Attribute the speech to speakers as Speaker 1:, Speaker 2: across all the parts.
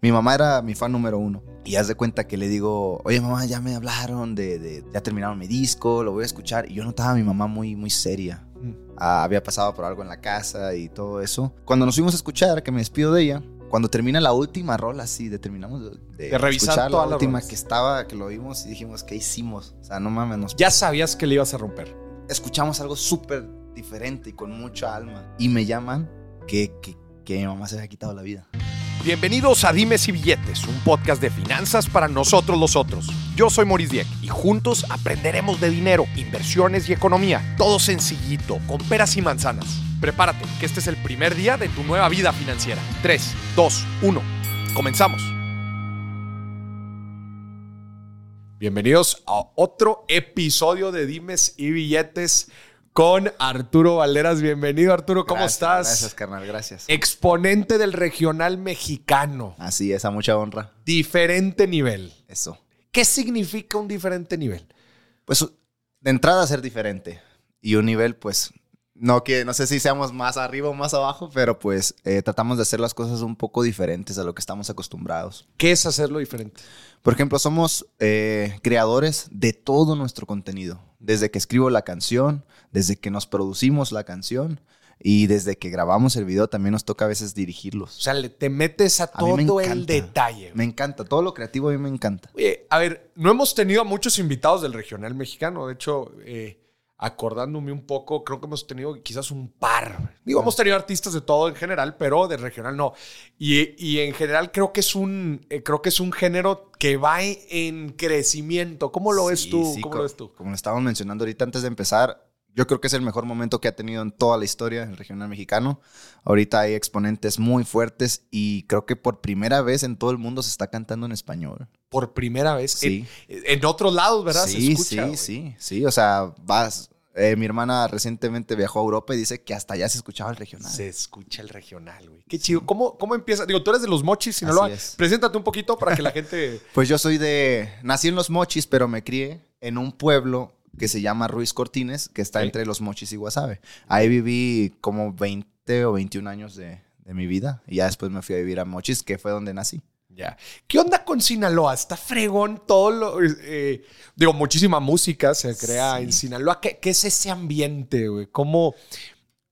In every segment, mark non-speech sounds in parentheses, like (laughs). Speaker 1: Mi mamá era mi fan número uno. Y haz de cuenta que le digo, oye mamá, ya me hablaron de, de- ya terminaron mi disco, lo voy a escuchar. Y yo notaba a mi mamá muy, muy seria.
Speaker 2: Mm.
Speaker 1: Ah, había pasado por algo en la casa y todo eso. Cuando nos fuimos a escuchar, que me despido de ella, cuando termina la última rola, sí, de- terminamos de,
Speaker 2: De revisar
Speaker 1: escuchar
Speaker 2: todas
Speaker 1: la
Speaker 2: las
Speaker 1: última
Speaker 2: rolas.
Speaker 1: que estaba, que lo vimos y dijimos, ¿qué hicimos? O sea, no mames, nos
Speaker 2: Ya sabías que le ibas a romper.
Speaker 1: escuchamos algo súper diferente y con mucha alma. Y me llaman que, que, que mi mamá se había quitado la vida.
Speaker 3: Bienvenidos a Dimes y Billetes, un podcast de finanzas para nosotros los otros. Yo soy Maurice Dieck y juntos aprenderemos de dinero, inversiones y economía. Todo sencillito, con peras y manzanas. Prepárate, que este es el primer día de tu nueva vida financiera. 3, 2, 1. Comenzamos.
Speaker 2: Bienvenidos a otro episodio de Dimes y Billetes con Arturo Valderas. Bienvenido, Arturo, ¿cómo
Speaker 1: Gracias,
Speaker 2: estás?
Speaker 1: Gracias, carnal, gracias.
Speaker 2: Exponente del regional mexicano.
Speaker 1: Así es, a mucha honra.
Speaker 2: Diferente nivel.
Speaker 1: Eso.
Speaker 2: ¿Qué significa un diferente nivel?
Speaker 1: Pues de entrada ser diferente. Y un nivel, pues, no, que, no sé si seamos más arriba o más abajo, pero pues eh, tratamos de hacer las cosas un poco diferentes a lo que estamos acostumbrados.
Speaker 2: ¿Qué es hacerlo diferente?
Speaker 1: Por ejemplo, somos eh, creadores de todo nuestro contenido. Desde que escribo la canción, desde que nos producimos la canción y desde que grabamos el video también nos toca a veces dirigirlos.
Speaker 2: O sea, le- te metes a,
Speaker 1: A mí me
Speaker 2: todo el
Speaker 1: encanta.
Speaker 2: detalle.
Speaker 1: Me encanta, todo lo creativo a mí me encanta.
Speaker 2: Oye, a ver, no hemos tenido a muchos invitados del regional mexicano. De hecho, eh, acordándome un poco, creo que hemos tenido quizás un par. Digo,
Speaker 1: Ah.
Speaker 2: hemos tenido artistas de todo en general, pero de regional no. Y, y en general creo que es un eh, creo que es un género que va en- en crecimiento. ¿Cómo lo ves
Speaker 1: Sí,
Speaker 2: tú?
Speaker 1: sí,
Speaker 2: ¿Cómo
Speaker 1: co-
Speaker 2: lo ves tú?
Speaker 1: Como lo estábamos mencionando ahorita antes de empezar, yo creo que es el mejor momento que ha tenido en toda la historia el regional mexicano. Ahorita hay exponentes muy fuertes y creo que por primera vez en todo el mundo se está cantando en español.
Speaker 2: Por primera vez.
Speaker 1: Sí.
Speaker 2: En, en otros lados, Eh, ¿verdad? Se
Speaker 1: Sí,
Speaker 2: escucha,
Speaker 1: sí,
Speaker 2: güey.
Speaker 1: sí, sí. O sea, vas. eh, mi hermana recientemente viajó a Europa y dice que hasta allá se escuchaba el regional.
Speaker 2: Se escucha el regional, güey. Qué chido. ¿Cómo, ¿Cómo empieza? Digo, tú eres de los mochis, Sinaloa.
Speaker 1: Así es.
Speaker 2: Preséntate un poquito para que la (laughs) gente...
Speaker 1: Pues yo soy de. Nací en Los Mochis, pero me crié en un pueblo que se llama Ruiz Cortines, que está
Speaker 2: Ok.
Speaker 1: entre Los Mochis y Guasave. Ahí viví como 20 o 21 años de, de mi vida. Y ya después me fui a vivir a Mochis, que fue donde nací.
Speaker 2: Ya. ¿Qué onda con Sinaloa? Está fregón todo lo. eh, digo, muchísima música se crea
Speaker 1: Sí.
Speaker 2: en Sinaloa. ¿Qué, qué es ese ambiente, güey? ¿Cómo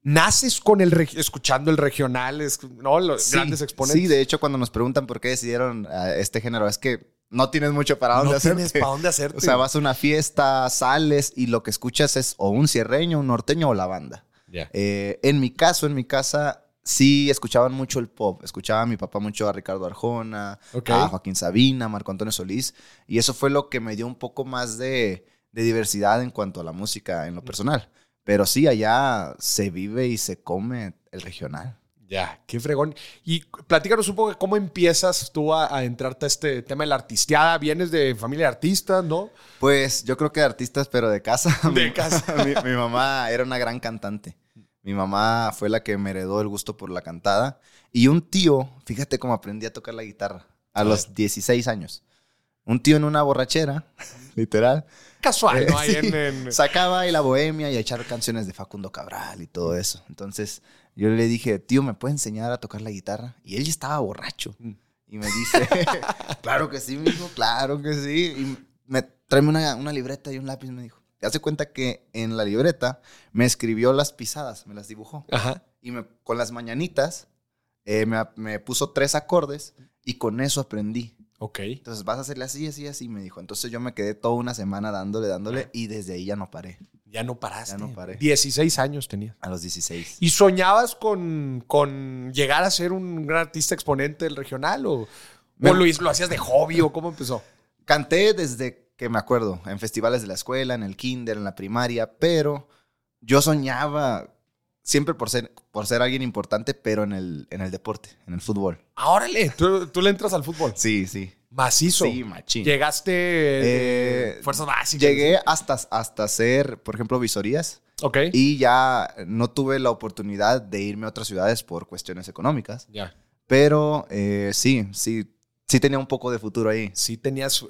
Speaker 2: naces con el reg- escuchando el regional? es- ¿No? Los
Speaker 1: Sí,
Speaker 2: grandes exponentes.
Speaker 1: Sí, de hecho, cuando nos preguntan por qué decidieron eh, este género, es que no tienes mucho para dónde
Speaker 2: no
Speaker 1: hacer.
Speaker 2: tienes para dónde hacerte.
Speaker 1: (laughs) O sea,
Speaker 2: güey.
Speaker 1: vas a una fiesta, sales y lo que escuchas es o un cierreño, un norteño o la banda.
Speaker 2: Ya.
Speaker 1: Eh, en mi caso, en mi casa, sí escuchaban mucho el pop. Escuchaba a mi papá mucho a Ricardo Arjona,
Speaker 2: Ok.
Speaker 1: a Joaquín Sabina, a Marco Antonio Solís. Y eso fue lo que me dio un poco más de, de diversidad en cuanto a la música
Speaker 2: Mm.
Speaker 1: en lo personal. Pero sí, allá se vive y se come el regional.
Speaker 2: Ya, qué fregón. Y platícanos un poco de cómo empiezas tú a, a entrarte a este tema de la artisteada. Vienes de familia de artistas, ¿no?
Speaker 1: Pues yo creo que de artistas, pero de casa. (laughs)
Speaker 2: De
Speaker 1: Mi-
Speaker 2: casa.
Speaker 1: mi, mi mamá era una gran cantante. Mi mamá fue la que me heredó el gusto por la cantada. Y un tío, fíjate cómo aprendí a tocar la guitarra a, los 16 años. Un tío en una borrachera, (laughs) literal,
Speaker 2: Casual,
Speaker 1: Eh,
Speaker 2: ¿no? Ahí
Speaker 1: (laughs) sí.
Speaker 2: en- en-
Speaker 1: sacaba ahí la bohemia y a echar canciones de Facundo Cabral y todo eso. Entonces yo le dije, tío, ¿me puede enseñar a tocar la guitarra? Y él ya estaba borracho.
Speaker 2: Mm.
Speaker 1: Y me dice, claro que sí, mijo, claro que sí. Y me tráeme una, una libreta y un lápiz, me dijo. Te hace cuenta que en la libreta me escribió las pisadas, me las dibujó.
Speaker 2: Ajá.
Speaker 1: Y me- con las mañanitas eh, me, me puso tres acordes y con eso aprendí.
Speaker 2: Ok.
Speaker 1: Entonces vas a hacerle así, así, así, me dijo. Entonces yo me quedé toda una semana dándole, dándole y desde ahí ya no paré.
Speaker 2: Ya no paraste.
Speaker 1: Ya no paré.
Speaker 2: 16 años tenías.
Speaker 1: A los 16.
Speaker 2: ¿Y soñabas con, con llegar a ser un gran artista exponente del regional? ¿O,
Speaker 1: Me-
Speaker 2: o Luis lo hacías de hobby? ¿O cómo empezó?
Speaker 1: Canté desde que me acuerdo, en festivales de la escuela, en el kinder, en la primaria, pero yo soñaba siempre por ser, por ser alguien importante, pero en el, en el deporte, en el fútbol.
Speaker 2: Ah, órale, tú, tú le entras al fútbol.
Speaker 1: Sí, sí.
Speaker 2: Macizo.
Speaker 1: Sí, machín.
Speaker 2: Llegaste eh,
Speaker 1: Eh,
Speaker 2: fuerzas básicas.
Speaker 1: Llegué hasta, hasta hacer, por ejemplo, visorías
Speaker 2: Ok.
Speaker 1: y ya no tuve la oportunidad de irme a otras ciudades por cuestiones económicas,
Speaker 2: Ya.
Speaker 1: pero eh, sí, sí, sí tenía un poco de futuro ahí.
Speaker 2: Sí tenías...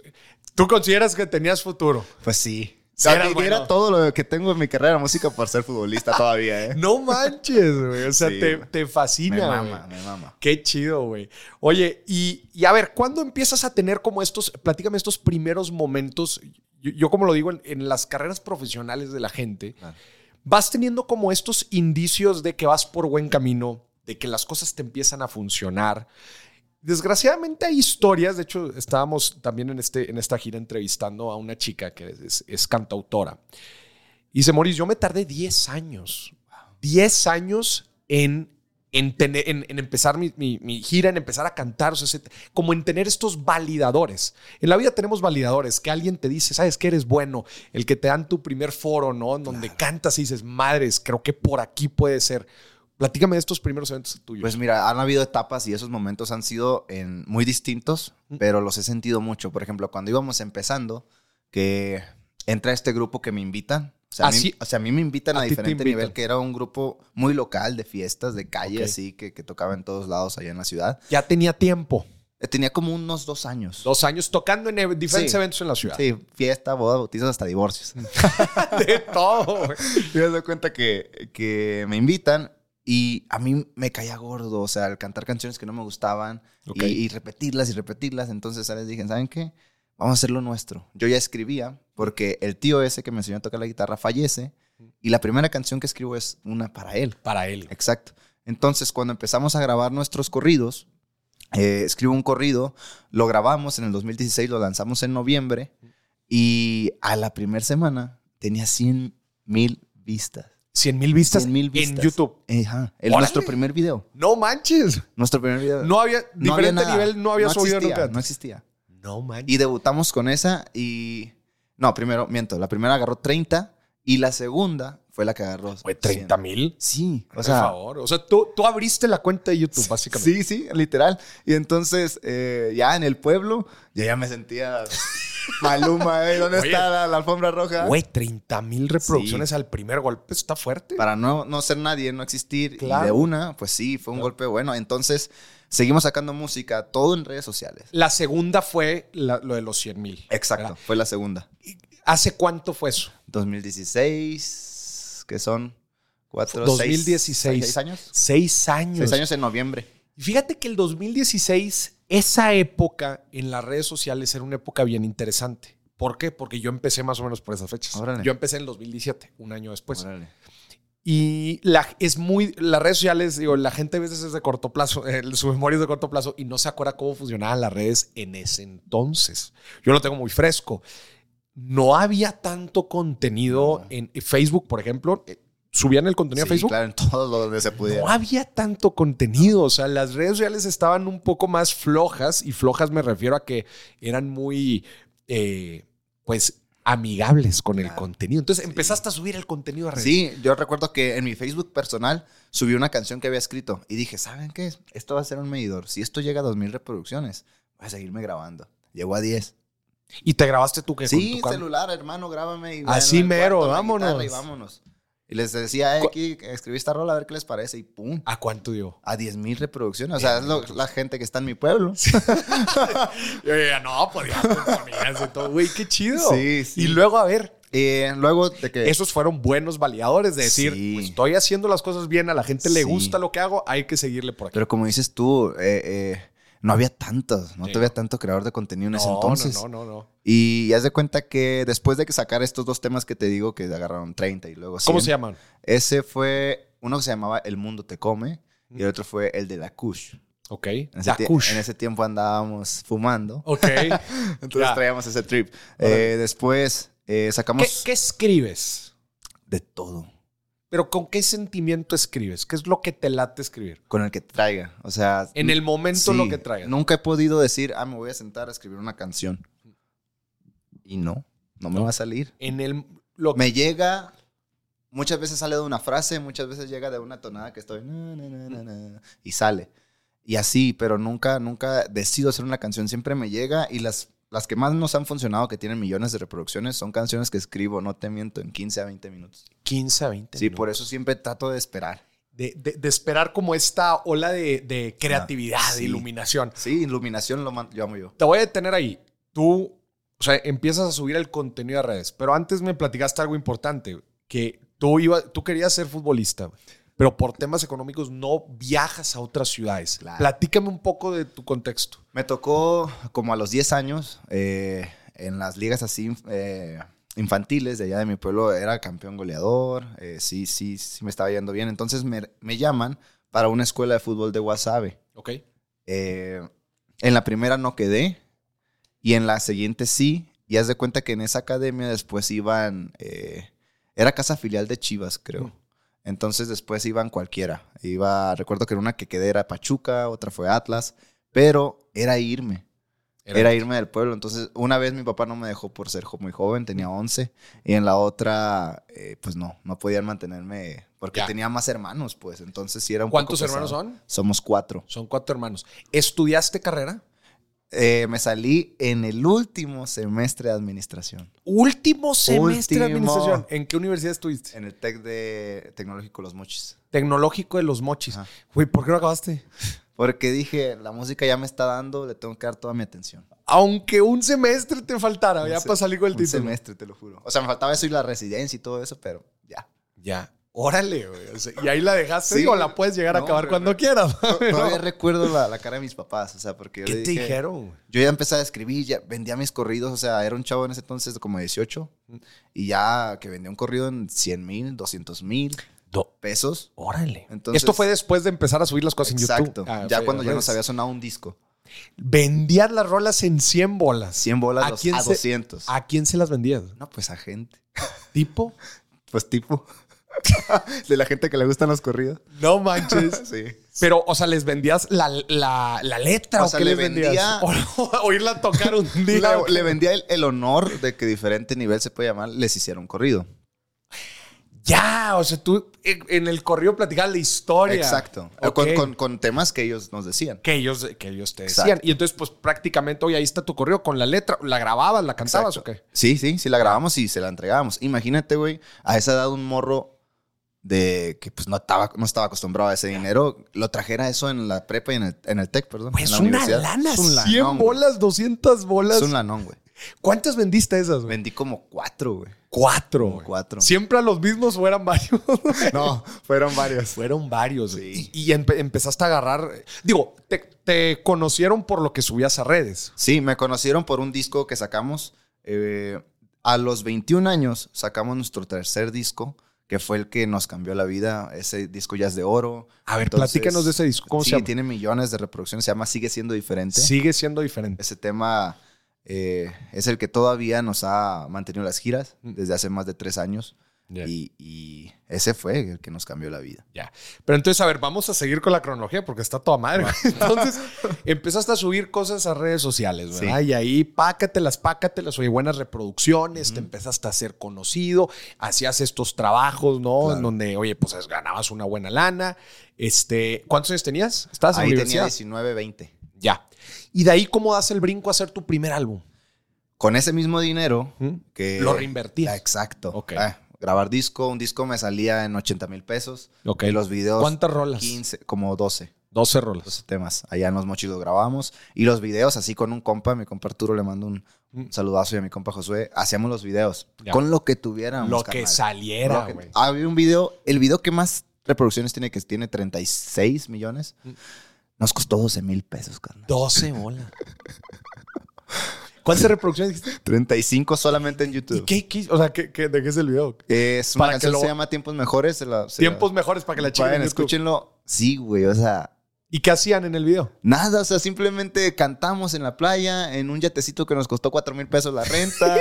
Speaker 2: ¿Tú consideras que tenías futuro?
Speaker 1: Pues sí. Era,
Speaker 2: Eras bueno.
Speaker 1: todo lo que tengo en mi carrera de música por ser futbolista todavía,
Speaker 2: (laughs)
Speaker 1: ¿eh?
Speaker 2: (laughs) No manches, güey. O sea,
Speaker 1: Sí,
Speaker 2: te,
Speaker 1: güey.
Speaker 2: te
Speaker 1: me
Speaker 2: fascina. güey.
Speaker 1: mama, me mama.
Speaker 2: Qué chido, güey. Oye, y, y a ver, ¿cuándo empiezas a tener como estos, platícame estos primeros momentos? Yo, yo como lo digo, en, en las carreras profesionales de la gente,
Speaker 1: Claro.
Speaker 2: vas teniendo como estos indicios de que vas por buen camino, de que las cosas te empiezan a funcionar. Desgraciadamente hay historias, de hecho estábamos también en, este, en esta gira entrevistando a una chica que es, es- es cantautora. Y dice, Moris, yo me tardé 10 años, 10 años en, en, tener- en- en empezar mi, mi- mi gira, en empezar a cantar, o sea, se- como en tener estos validadores. En la vida tenemos validadores, que alguien te dice, sabes que eres bueno, el que te dan tu primer foro, ¿no? En donde cantas y dices, madres, creo que por aquí puede ser. Platícame de estos primeros eventos tuyos.
Speaker 1: Pues mira, han habido etapas y esos momentos han sido en- muy distintos, pero los he sentido mucho. Por ejemplo, cuando íbamos empezando, que entra este grupo que me invitan. O sea, a mí,
Speaker 2: Así-
Speaker 1: o sea, a mí me invitan
Speaker 2: Ah, a
Speaker 1: a,
Speaker 2: ti te
Speaker 1: diferente
Speaker 2: invitan.
Speaker 1: nivel, que era un grupo muy local de fiestas, de calle,
Speaker 2: Ok.
Speaker 1: así, que, que tocaba en todos lados allá en la ciudad.
Speaker 2: ya tenía tiempo,
Speaker 1: Eh, Tenía como unos dos años.
Speaker 2: dos años tocando en ev- diferentes
Speaker 1: Sí.
Speaker 2: eventos en la ciudad.
Speaker 1: Sí, fiesta, boda, bautizos, hasta divorcios.
Speaker 2: (laughs) De todo. güey.
Speaker 1: Y me doy cuenta que, que me invitan y a mí me caía gordo, o sea, al cantar canciones que no me gustaban y-
Speaker 2: Ok.
Speaker 1: y, repetirlas y repetirlas. Entonces, ¿sabes? Dije, ¿saben qué? Vamos a hacer lo nuestro. Yo ya escribía porque el tío ese que me enseñó a tocar la guitarra fallece y la primera canción que escribo es una para él.
Speaker 2: Para él.
Speaker 1: Exacto. Entonces, cuando empezamos a grabar nuestros corridos, eh, escribo un corrido, lo grabamos en el 2016, lo lanzamos en noviembre y a la primera semana tenía 100 mil vistas.
Speaker 2: 100 mil vistas,
Speaker 1: 100,000 vistas.
Speaker 2: en YouTube.
Speaker 1: Ajá, el
Speaker 2: ¡Órale!
Speaker 1: nuestro primer video.
Speaker 2: No manches.
Speaker 1: Nuestro primer video.
Speaker 2: No había,
Speaker 1: No había
Speaker 2: diferente
Speaker 1: nada.
Speaker 2: nivel, no había subido
Speaker 1: existía,
Speaker 2: nunca.
Speaker 1: No existía.
Speaker 2: No manches.
Speaker 1: Y debutamos con esa y... No, primero, miento. La primera agarró 30 y la segunda fue la que agarró...
Speaker 2: Güey, 30 mil.
Speaker 1: Sí, o
Speaker 2: Por
Speaker 1: sea...
Speaker 2: favor. O sea, tú, tú abriste la cuenta de YouTube,
Speaker 1: Sí,
Speaker 2: básicamente.
Speaker 1: sí, literal. Y entonces, eh, ya en el pueblo, yo ya me
Speaker 2: (laughs)
Speaker 1: sentía maluma, ¿eh? ¿Dónde
Speaker 2: Oye.
Speaker 1: está la, la alfombra roja?
Speaker 2: Güey, 30 mil reproducciones al primer golpe. Eso Está fuerte.
Speaker 1: Para no, no ser nadie, no existir.
Speaker 2: Claro.
Speaker 1: Y de una, pues sí, fue un golpe bueno. Entonces, seguimos sacando música, todo en redes sociales.
Speaker 2: La segunda fue la- lo de los 100 mil.
Speaker 1: Exacto, fue la segunda.
Speaker 2: ¿Hace cuánto fue eso?
Speaker 1: 2016, que son cuatro,
Speaker 2: 2016.
Speaker 1: seis, seis años.
Speaker 2: Seis años.
Speaker 1: Seis años en noviembre.
Speaker 2: Y Fíjate que el 2016, esa época en las redes sociales era una época bien interesante. ¿Por qué? Porque yo empecé más o menos por esas fechas.
Speaker 1: Órale.
Speaker 2: Yo empecé en el 2017, un año después.
Speaker 1: Órale.
Speaker 2: Y la, es muy, las redes sociales, digo, la gente a veces es de corto plazo, eh, su memoria es de corto plazo y no se acuerda cómo funcionaban las redes en ese entonces. Yo lo tengo muy fresco. No había tanto contenido
Speaker 1: Ajá.
Speaker 2: en Facebook, por ejemplo. eh, Subían el contenido
Speaker 1: Sí,
Speaker 2: a Facebook.
Speaker 1: claro, en todos los donde se pudiera.
Speaker 2: No había tanto contenido, o sea, las redes sociales estaban un poco más flojas y flojas me refiero a que eran muy, eh, pues, amigables con el
Speaker 1: Claro.
Speaker 2: contenido. Entonces empezaste a subir el contenido a redes.
Speaker 1: Sí, yo recuerdo que en mi Facebook personal subí una canción que había escrito y dije, ¿saben qué? Esto va a ser un medidor. Si esto llega a 2.000 reproducciones, voy a seguirme grabando. Llegó a 10.
Speaker 2: Y te grabaste tú que
Speaker 1: Sí,
Speaker 2: con tu cámara.
Speaker 1: celular, hermano, grábame. Y
Speaker 2: Así
Speaker 1: en el
Speaker 2: mero,
Speaker 1: la
Speaker 2: vámonos.
Speaker 1: guitarra Y vámonos. Y les decía, eh,
Speaker 2: Cu-
Speaker 1: aquí escribí esta rola, a ver qué les parece. Y pum,
Speaker 2: ¿A cuánto dio?
Speaker 1: a 10.000 reproducciones. O sea, es lo- la gente que está en mi pueblo.
Speaker 2: Yo diría, no, pues ya te ponías de todo. Güey, qué chido.
Speaker 1: Sí, sí.
Speaker 2: Y luego, a ver,
Speaker 1: Eh, luego de que...
Speaker 2: esos fueron buenos validadores de decir,
Speaker 1: Sí.
Speaker 2: pues, estoy haciendo las cosas bien, a la gente le
Speaker 1: Sí.
Speaker 2: gusta lo que hago, hay que seguirle por aquí.
Speaker 1: Pero como dices tú, eh, eh, no había tantos, no
Speaker 2: Sí.
Speaker 1: había tanto creador de contenido en ese entonces.
Speaker 2: no, no, no, no.
Speaker 1: Y haz de cuenta que después de que sacar estos dos temas que te digo, que agarraron 30 y luego 100,
Speaker 2: ¿Cómo se llaman?
Speaker 1: Ese fue uno que se llamaba El Mundo Te Come y el otro fue el de la Kush.
Speaker 2: Ok.
Speaker 1: En ese,
Speaker 2: La
Speaker 1: tie-
Speaker 2: Kush.
Speaker 1: en ese tiempo andábamos fumando,
Speaker 2: Ok.
Speaker 1: entonces
Speaker 2: ya.
Speaker 1: traíamos ese trip.
Speaker 2: Órale.
Speaker 1: Eh, después eh,
Speaker 2: ¿Qué,
Speaker 1: sacamos
Speaker 2: qué escribes?
Speaker 1: de todo,
Speaker 2: Pero ¿con qué sentimiento escribes? ¿Qué es lo que te late escribir?
Speaker 1: con el que traiga. O sea,
Speaker 2: En el momento
Speaker 1: sí,
Speaker 2: lo que traigas.
Speaker 1: Nunca he podido decir, ah, me voy a sentar a escribir una canción. Y no, no me
Speaker 2: No.
Speaker 1: va a salir.
Speaker 2: En el lo
Speaker 1: me llega. Muchas veces sale de una frase, muchas veces llega de una tonada que estoy. na, na, na, na, na, y sale. Y así, pero nunca, nunca decido hacer una canción. Siempre me llega y las, las que más nos han funcionado, que tienen millones de reproducciones, son canciones que escribo, no te miento, en 15 a 20 minutos.
Speaker 2: 15 a 20
Speaker 1: Sí,
Speaker 2: minutos.
Speaker 1: por eso siempre trato de esperar.
Speaker 2: de, de- de esperar como esta ola de, de creatividad, de
Speaker 1: Ah, sí.
Speaker 2: iluminación.
Speaker 1: Sí, iluminación lo man- yo amo yo.
Speaker 2: Te voy a detener ahí. Tú o sea, empiezas a subir el contenido a redes. Pero antes me platicaste algo importante, que tú, iba, tú querías ser futbolista, güey, pero por temas económicos no viajas a otras ciudades.
Speaker 1: Claro.
Speaker 2: Platícame un poco de tu contexto.
Speaker 1: Me tocó como a los 10 años eh, en las ligas así inf- eh, infantiles de allá de mi pueblo. Era campeón goleador, eh, sí, sí, sí me estaba yendo bien. Entonces me, me llaman para una escuela de fútbol de Guasave.
Speaker 2: ¿Ok?
Speaker 1: Eh, en la primera no quedé y en la siguiente sí. Y haz de cuenta que en esa academia después iban, eh, era casa filial de Chivas, creo.
Speaker 2: Mm.
Speaker 1: Entonces después iban cualquiera. Iba, recuerdo que en una que quedé era Pachuca, otra fue Atlas, pero era irme. Era, irme del pueblo. Entonces, una vez mi papá no me dejó por ser jo- muy joven, tenía 11. Y en la otra, eh, pues no, no podían mantenerme porque
Speaker 2: Ya.
Speaker 1: tenía más hermanos, pues. Entonces, sí era un poco
Speaker 2: ¿Cuántos hermanos
Speaker 1: pesado.
Speaker 2: son?
Speaker 1: Somos cuatro.
Speaker 2: Son cuatro hermanos. ¿Estudiaste carrera?
Speaker 1: Eh, me salí en el último semestre de administración.
Speaker 2: Último semestre de
Speaker 1: Último.
Speaker 2: administración. ¿En qué universidad estuviste?
Speaker 1: En el TEC de Tecnológico Los Mochis.
Speaker 2: Tecnológico de los Mochis.
Speaker 1: Ajá.
Speaker 2: Güey, ¿por qué no acabaste?
Speaker 1: Porque dije, la música ya me está dando, le tengo que dar toda mi atención.
Speaker 2: Aunque un semestre te faltara, ya
Speaker 1: Un se-
Speaker 2: para salir con el
Speaker 1: un
Speaker 2: título.
Speaker 1: semestre, te lo juro. O sea, me faltaba eso y la residencia y todo eso, pero ya.
Speaker 2: Ya. Órale, güey. O sea, y ahí la dejaste
Speaker 1: Sí.
Speaker 2: Digo, la puedes llegar a
Speaker 1: No,
Speaker 2: acabar
Speaker 1: pero-
Speaker 2: cuando quieras. (laughs)
Speaker 1: Todavía recuerdo la, la cara de mis papás, o sea, porque yo
Speaker 2: ¿Qué
Speaker 1: le
Speaker 2: te
Speaker 1: dije-
Speaker 2: dijeron? güey?
Speaker 1: Yo ya empezaba a escribir, ya vendía mis corridos, o sea, era un chavo en ese entonces de como 18 y ya que vendía un corrido en 100 mil, 200 mil
Speaker 2: Do-
Speaker 1: pesos.
Speaker 2: Órale.
Speaker 1: Entonces-
Speaker 2: Esto fue después de empezar a subir las cosas en
Speaker 1: Exacto.
Speaker 2: YouTube. Ah,
Speaker 1: ya
Speaker 2: fue-
Speaker 1: cuando ya
Speaker 2: fue-
Speaker 1: nos había sonado un disco.
Speaker 2: Vendías las rolas en 100 bolas.
Speaker 1: 100 bolas
Speaker 2: ¿A
Speaker 1: ¿A,
Speaker 2: quién
Speaker 1: a
Speaker 2: se-
Speaker 1: 200.
Speaker 2: ¿A quién se las vendías?
Speaker 1: No, pues a gente.
Speaker 2: ¿Tipo?
Speaker 1: (laughs) Pues tipo. (laughs) de la gente que le gustan los corridos.
Speaker 2: No manches.
Speaker 1: Sí.
Speaker 2: Pero, o sea, les vendías la, la, la letra
Speaker 1: O
Speaker 2: o,
Speaker 1: sea,
Speaker 2: qué
Speaker 1: le
Speaker 2: les vendías.
Speaker 1: vendía-
Speaker 2: (laughs) O- Oírla
Speaker 1: (laughs)
Speaker 2: tocar un
Speaker 1: Le,
Speaker 2: día. ¿o qué?
Speaker 1: le vendía el, el honor de que diferente nivel se puede llamar, les hicieron corrido.
Speaker 2: Ya, o sea, tú en en el correo platicabas la historia.
Speaker 1: Exacto.
Speaker 2: Ok.
Speaker 1: Con, con- con temas que ellos nos decían.
Speaker 2: que ellos, que ellos te
Speaker 1: Exacto.
Speaker 2: decían. Y entonces, pues prácticamente, oye, ahí está tu correo con la letra. ¿La grababas, la cantabas
Speaker 1: Exacto.
Speaker 2: o qué?
Speaker 1: Sí, sí, sí la grabamos y se la entregábamos. Imagínate, güey, a esa edad un morro de que pues no estaba, no estaba acostumbrado a ese dinero, lo trajera eso en la prepa y en el, en el TEC, perdón. en la universidad. Es un lanón,
Speaker 2: 100
Speaker 1: güey.
Speaker 2: bolas, 200 bolas.
Speaker 1: Es un lanón, güey.
Speaker 2: ¿Cuántas vendiste esas? güey?
Speaker 1: Vendí como cuatro, güey.
Speaker 2: Cuatro.
Speaker 1: Como
Speaker 2: güey.
Speaker 1: cuatro.
Speaker 2: ¿Siempre a los mismos o eran varios?
Speaker 1: No, (laughs) fueron varios.
Speaker 2: Fueron varios.
Speaker 1: Sí.
Speaker 2: Y, y empe- empezaste a agarrar. Digo, te, te conocieron por lo que subías a redes.
Speaker 1: Sí, me conocieron por un disco que sacamos. eh, a los 21 años sacamos nuestro tercer disco, que fue el que nos cambió la vida. Ese disco ya es de oro.
Speaker 2: A ver,
Speaker 1: Entonces,
Speaker 2: platícanos de ese disco. ¿Cómo
Speaker 1: sí,
Speaker 2: se llama?
Speaker 1: tiene millones de reproducciones. Se llama Sigue Siendo Diferente.
Speaker 2: Sigue siendo diferente.
Speaker 1: Ese tema eh, es el que todavía nos ha mantenido las giras
Speaker 2: Mm.
Speaker 1: desde hace más de tres años. Y, y ese fue el que nos cambió la vida.
Speaker 2: Ya. Pero entonces, a ver, vamos a seguir con la cronología porque está toda madre. güey. (laughs) Entonces, empezaste a subir cosas a redes sociales, ¿verdad? Y ahí pácatelas, pácatelas, oye, buenas reproducciones, te empezaste a ser conocido, hacías estos trabajos, ¿no?
Speaker 1: Claro.
Speaker 2: En donde, oye, pues ganabas una buena lana. Este, ¿cuántos años tenías? ¿Estabas en la
Speaker 1: Ahí tenía
Speaker 2: universidad?
Speaker 1: 19, 20.
Speaker 2: Ya. Y de ahí, ¿cómo das el brinco a hacer tu primer álbum?
Speaker 1: Con ese mismo dinero
Speaker 2: ¿Mm?
Speaker 1: que...
Speaker 2: Lo reinvertías.
Speaker 1: Ah, Exacto.
Speaker 2: Ok.
Speaker 1: Ah, grabar disco, un disco me salía en 80 mil pesos.
Speaker 2: Ok.
Speaker 1: Y los videos.
Speaker 2: ¿Cuántas rolas?
Speaker 1: 15, como 12,
Speaker 2: 12 rolas.
Speaker 1: 12 temas. Allá en Los Mochis los grabamos. Y los videos, así con un compa, mi compa Arturo le mando un
Speaker 2: Mm.
Speaker 1: saludazo y a mi compa Josué. Hacíamos los videos
Speaker 2: Ya.
Speaker 1: con lo que tuviéramos.
Speaker 2: Lo que
Speaker 1: carnal.
Speaker 2: saliera,
Speaker 1: Lo que-
Speaker 2: güey.
Speaker 1: Había un video, el video que más reproducciones tiene, que tiene 36 millones,
Speaker 2: Mm.
Speaker 1: nos costó 12 mil pesos, carnal.
Speaker 2: 12 bolas. ¿Cuántas reproducciones dijiste?
Speaker 1: 35 solamente en YouTube.
Speaker 2: ¿Y qué, qué- o sea, ¿qué, qué- de qué es el video?
Speaker 1: Es
Speaker 2: Para
Speaker 1: una
Speaker 2: que
Speaker 1: canción
Speaker 2: lo-
Speaker 1: se llama Tiempos Mejores. se la- se la-
Speaker 2: Tiempos mejores para que la
Speaker 1: Vayan,
Speaker 2: chequen en YouTube.
Speaker 1: escúchenlo. Sí, güey, o sea,
Speaker 2: ¿Y qué hacían en el video?
Speaker 1: nada, o sea, simplemente cantamos en la playa, en un yatecito que nos costó cuatro mil pesos la
Speaker 2: (laughs)
Speaker 1: renta.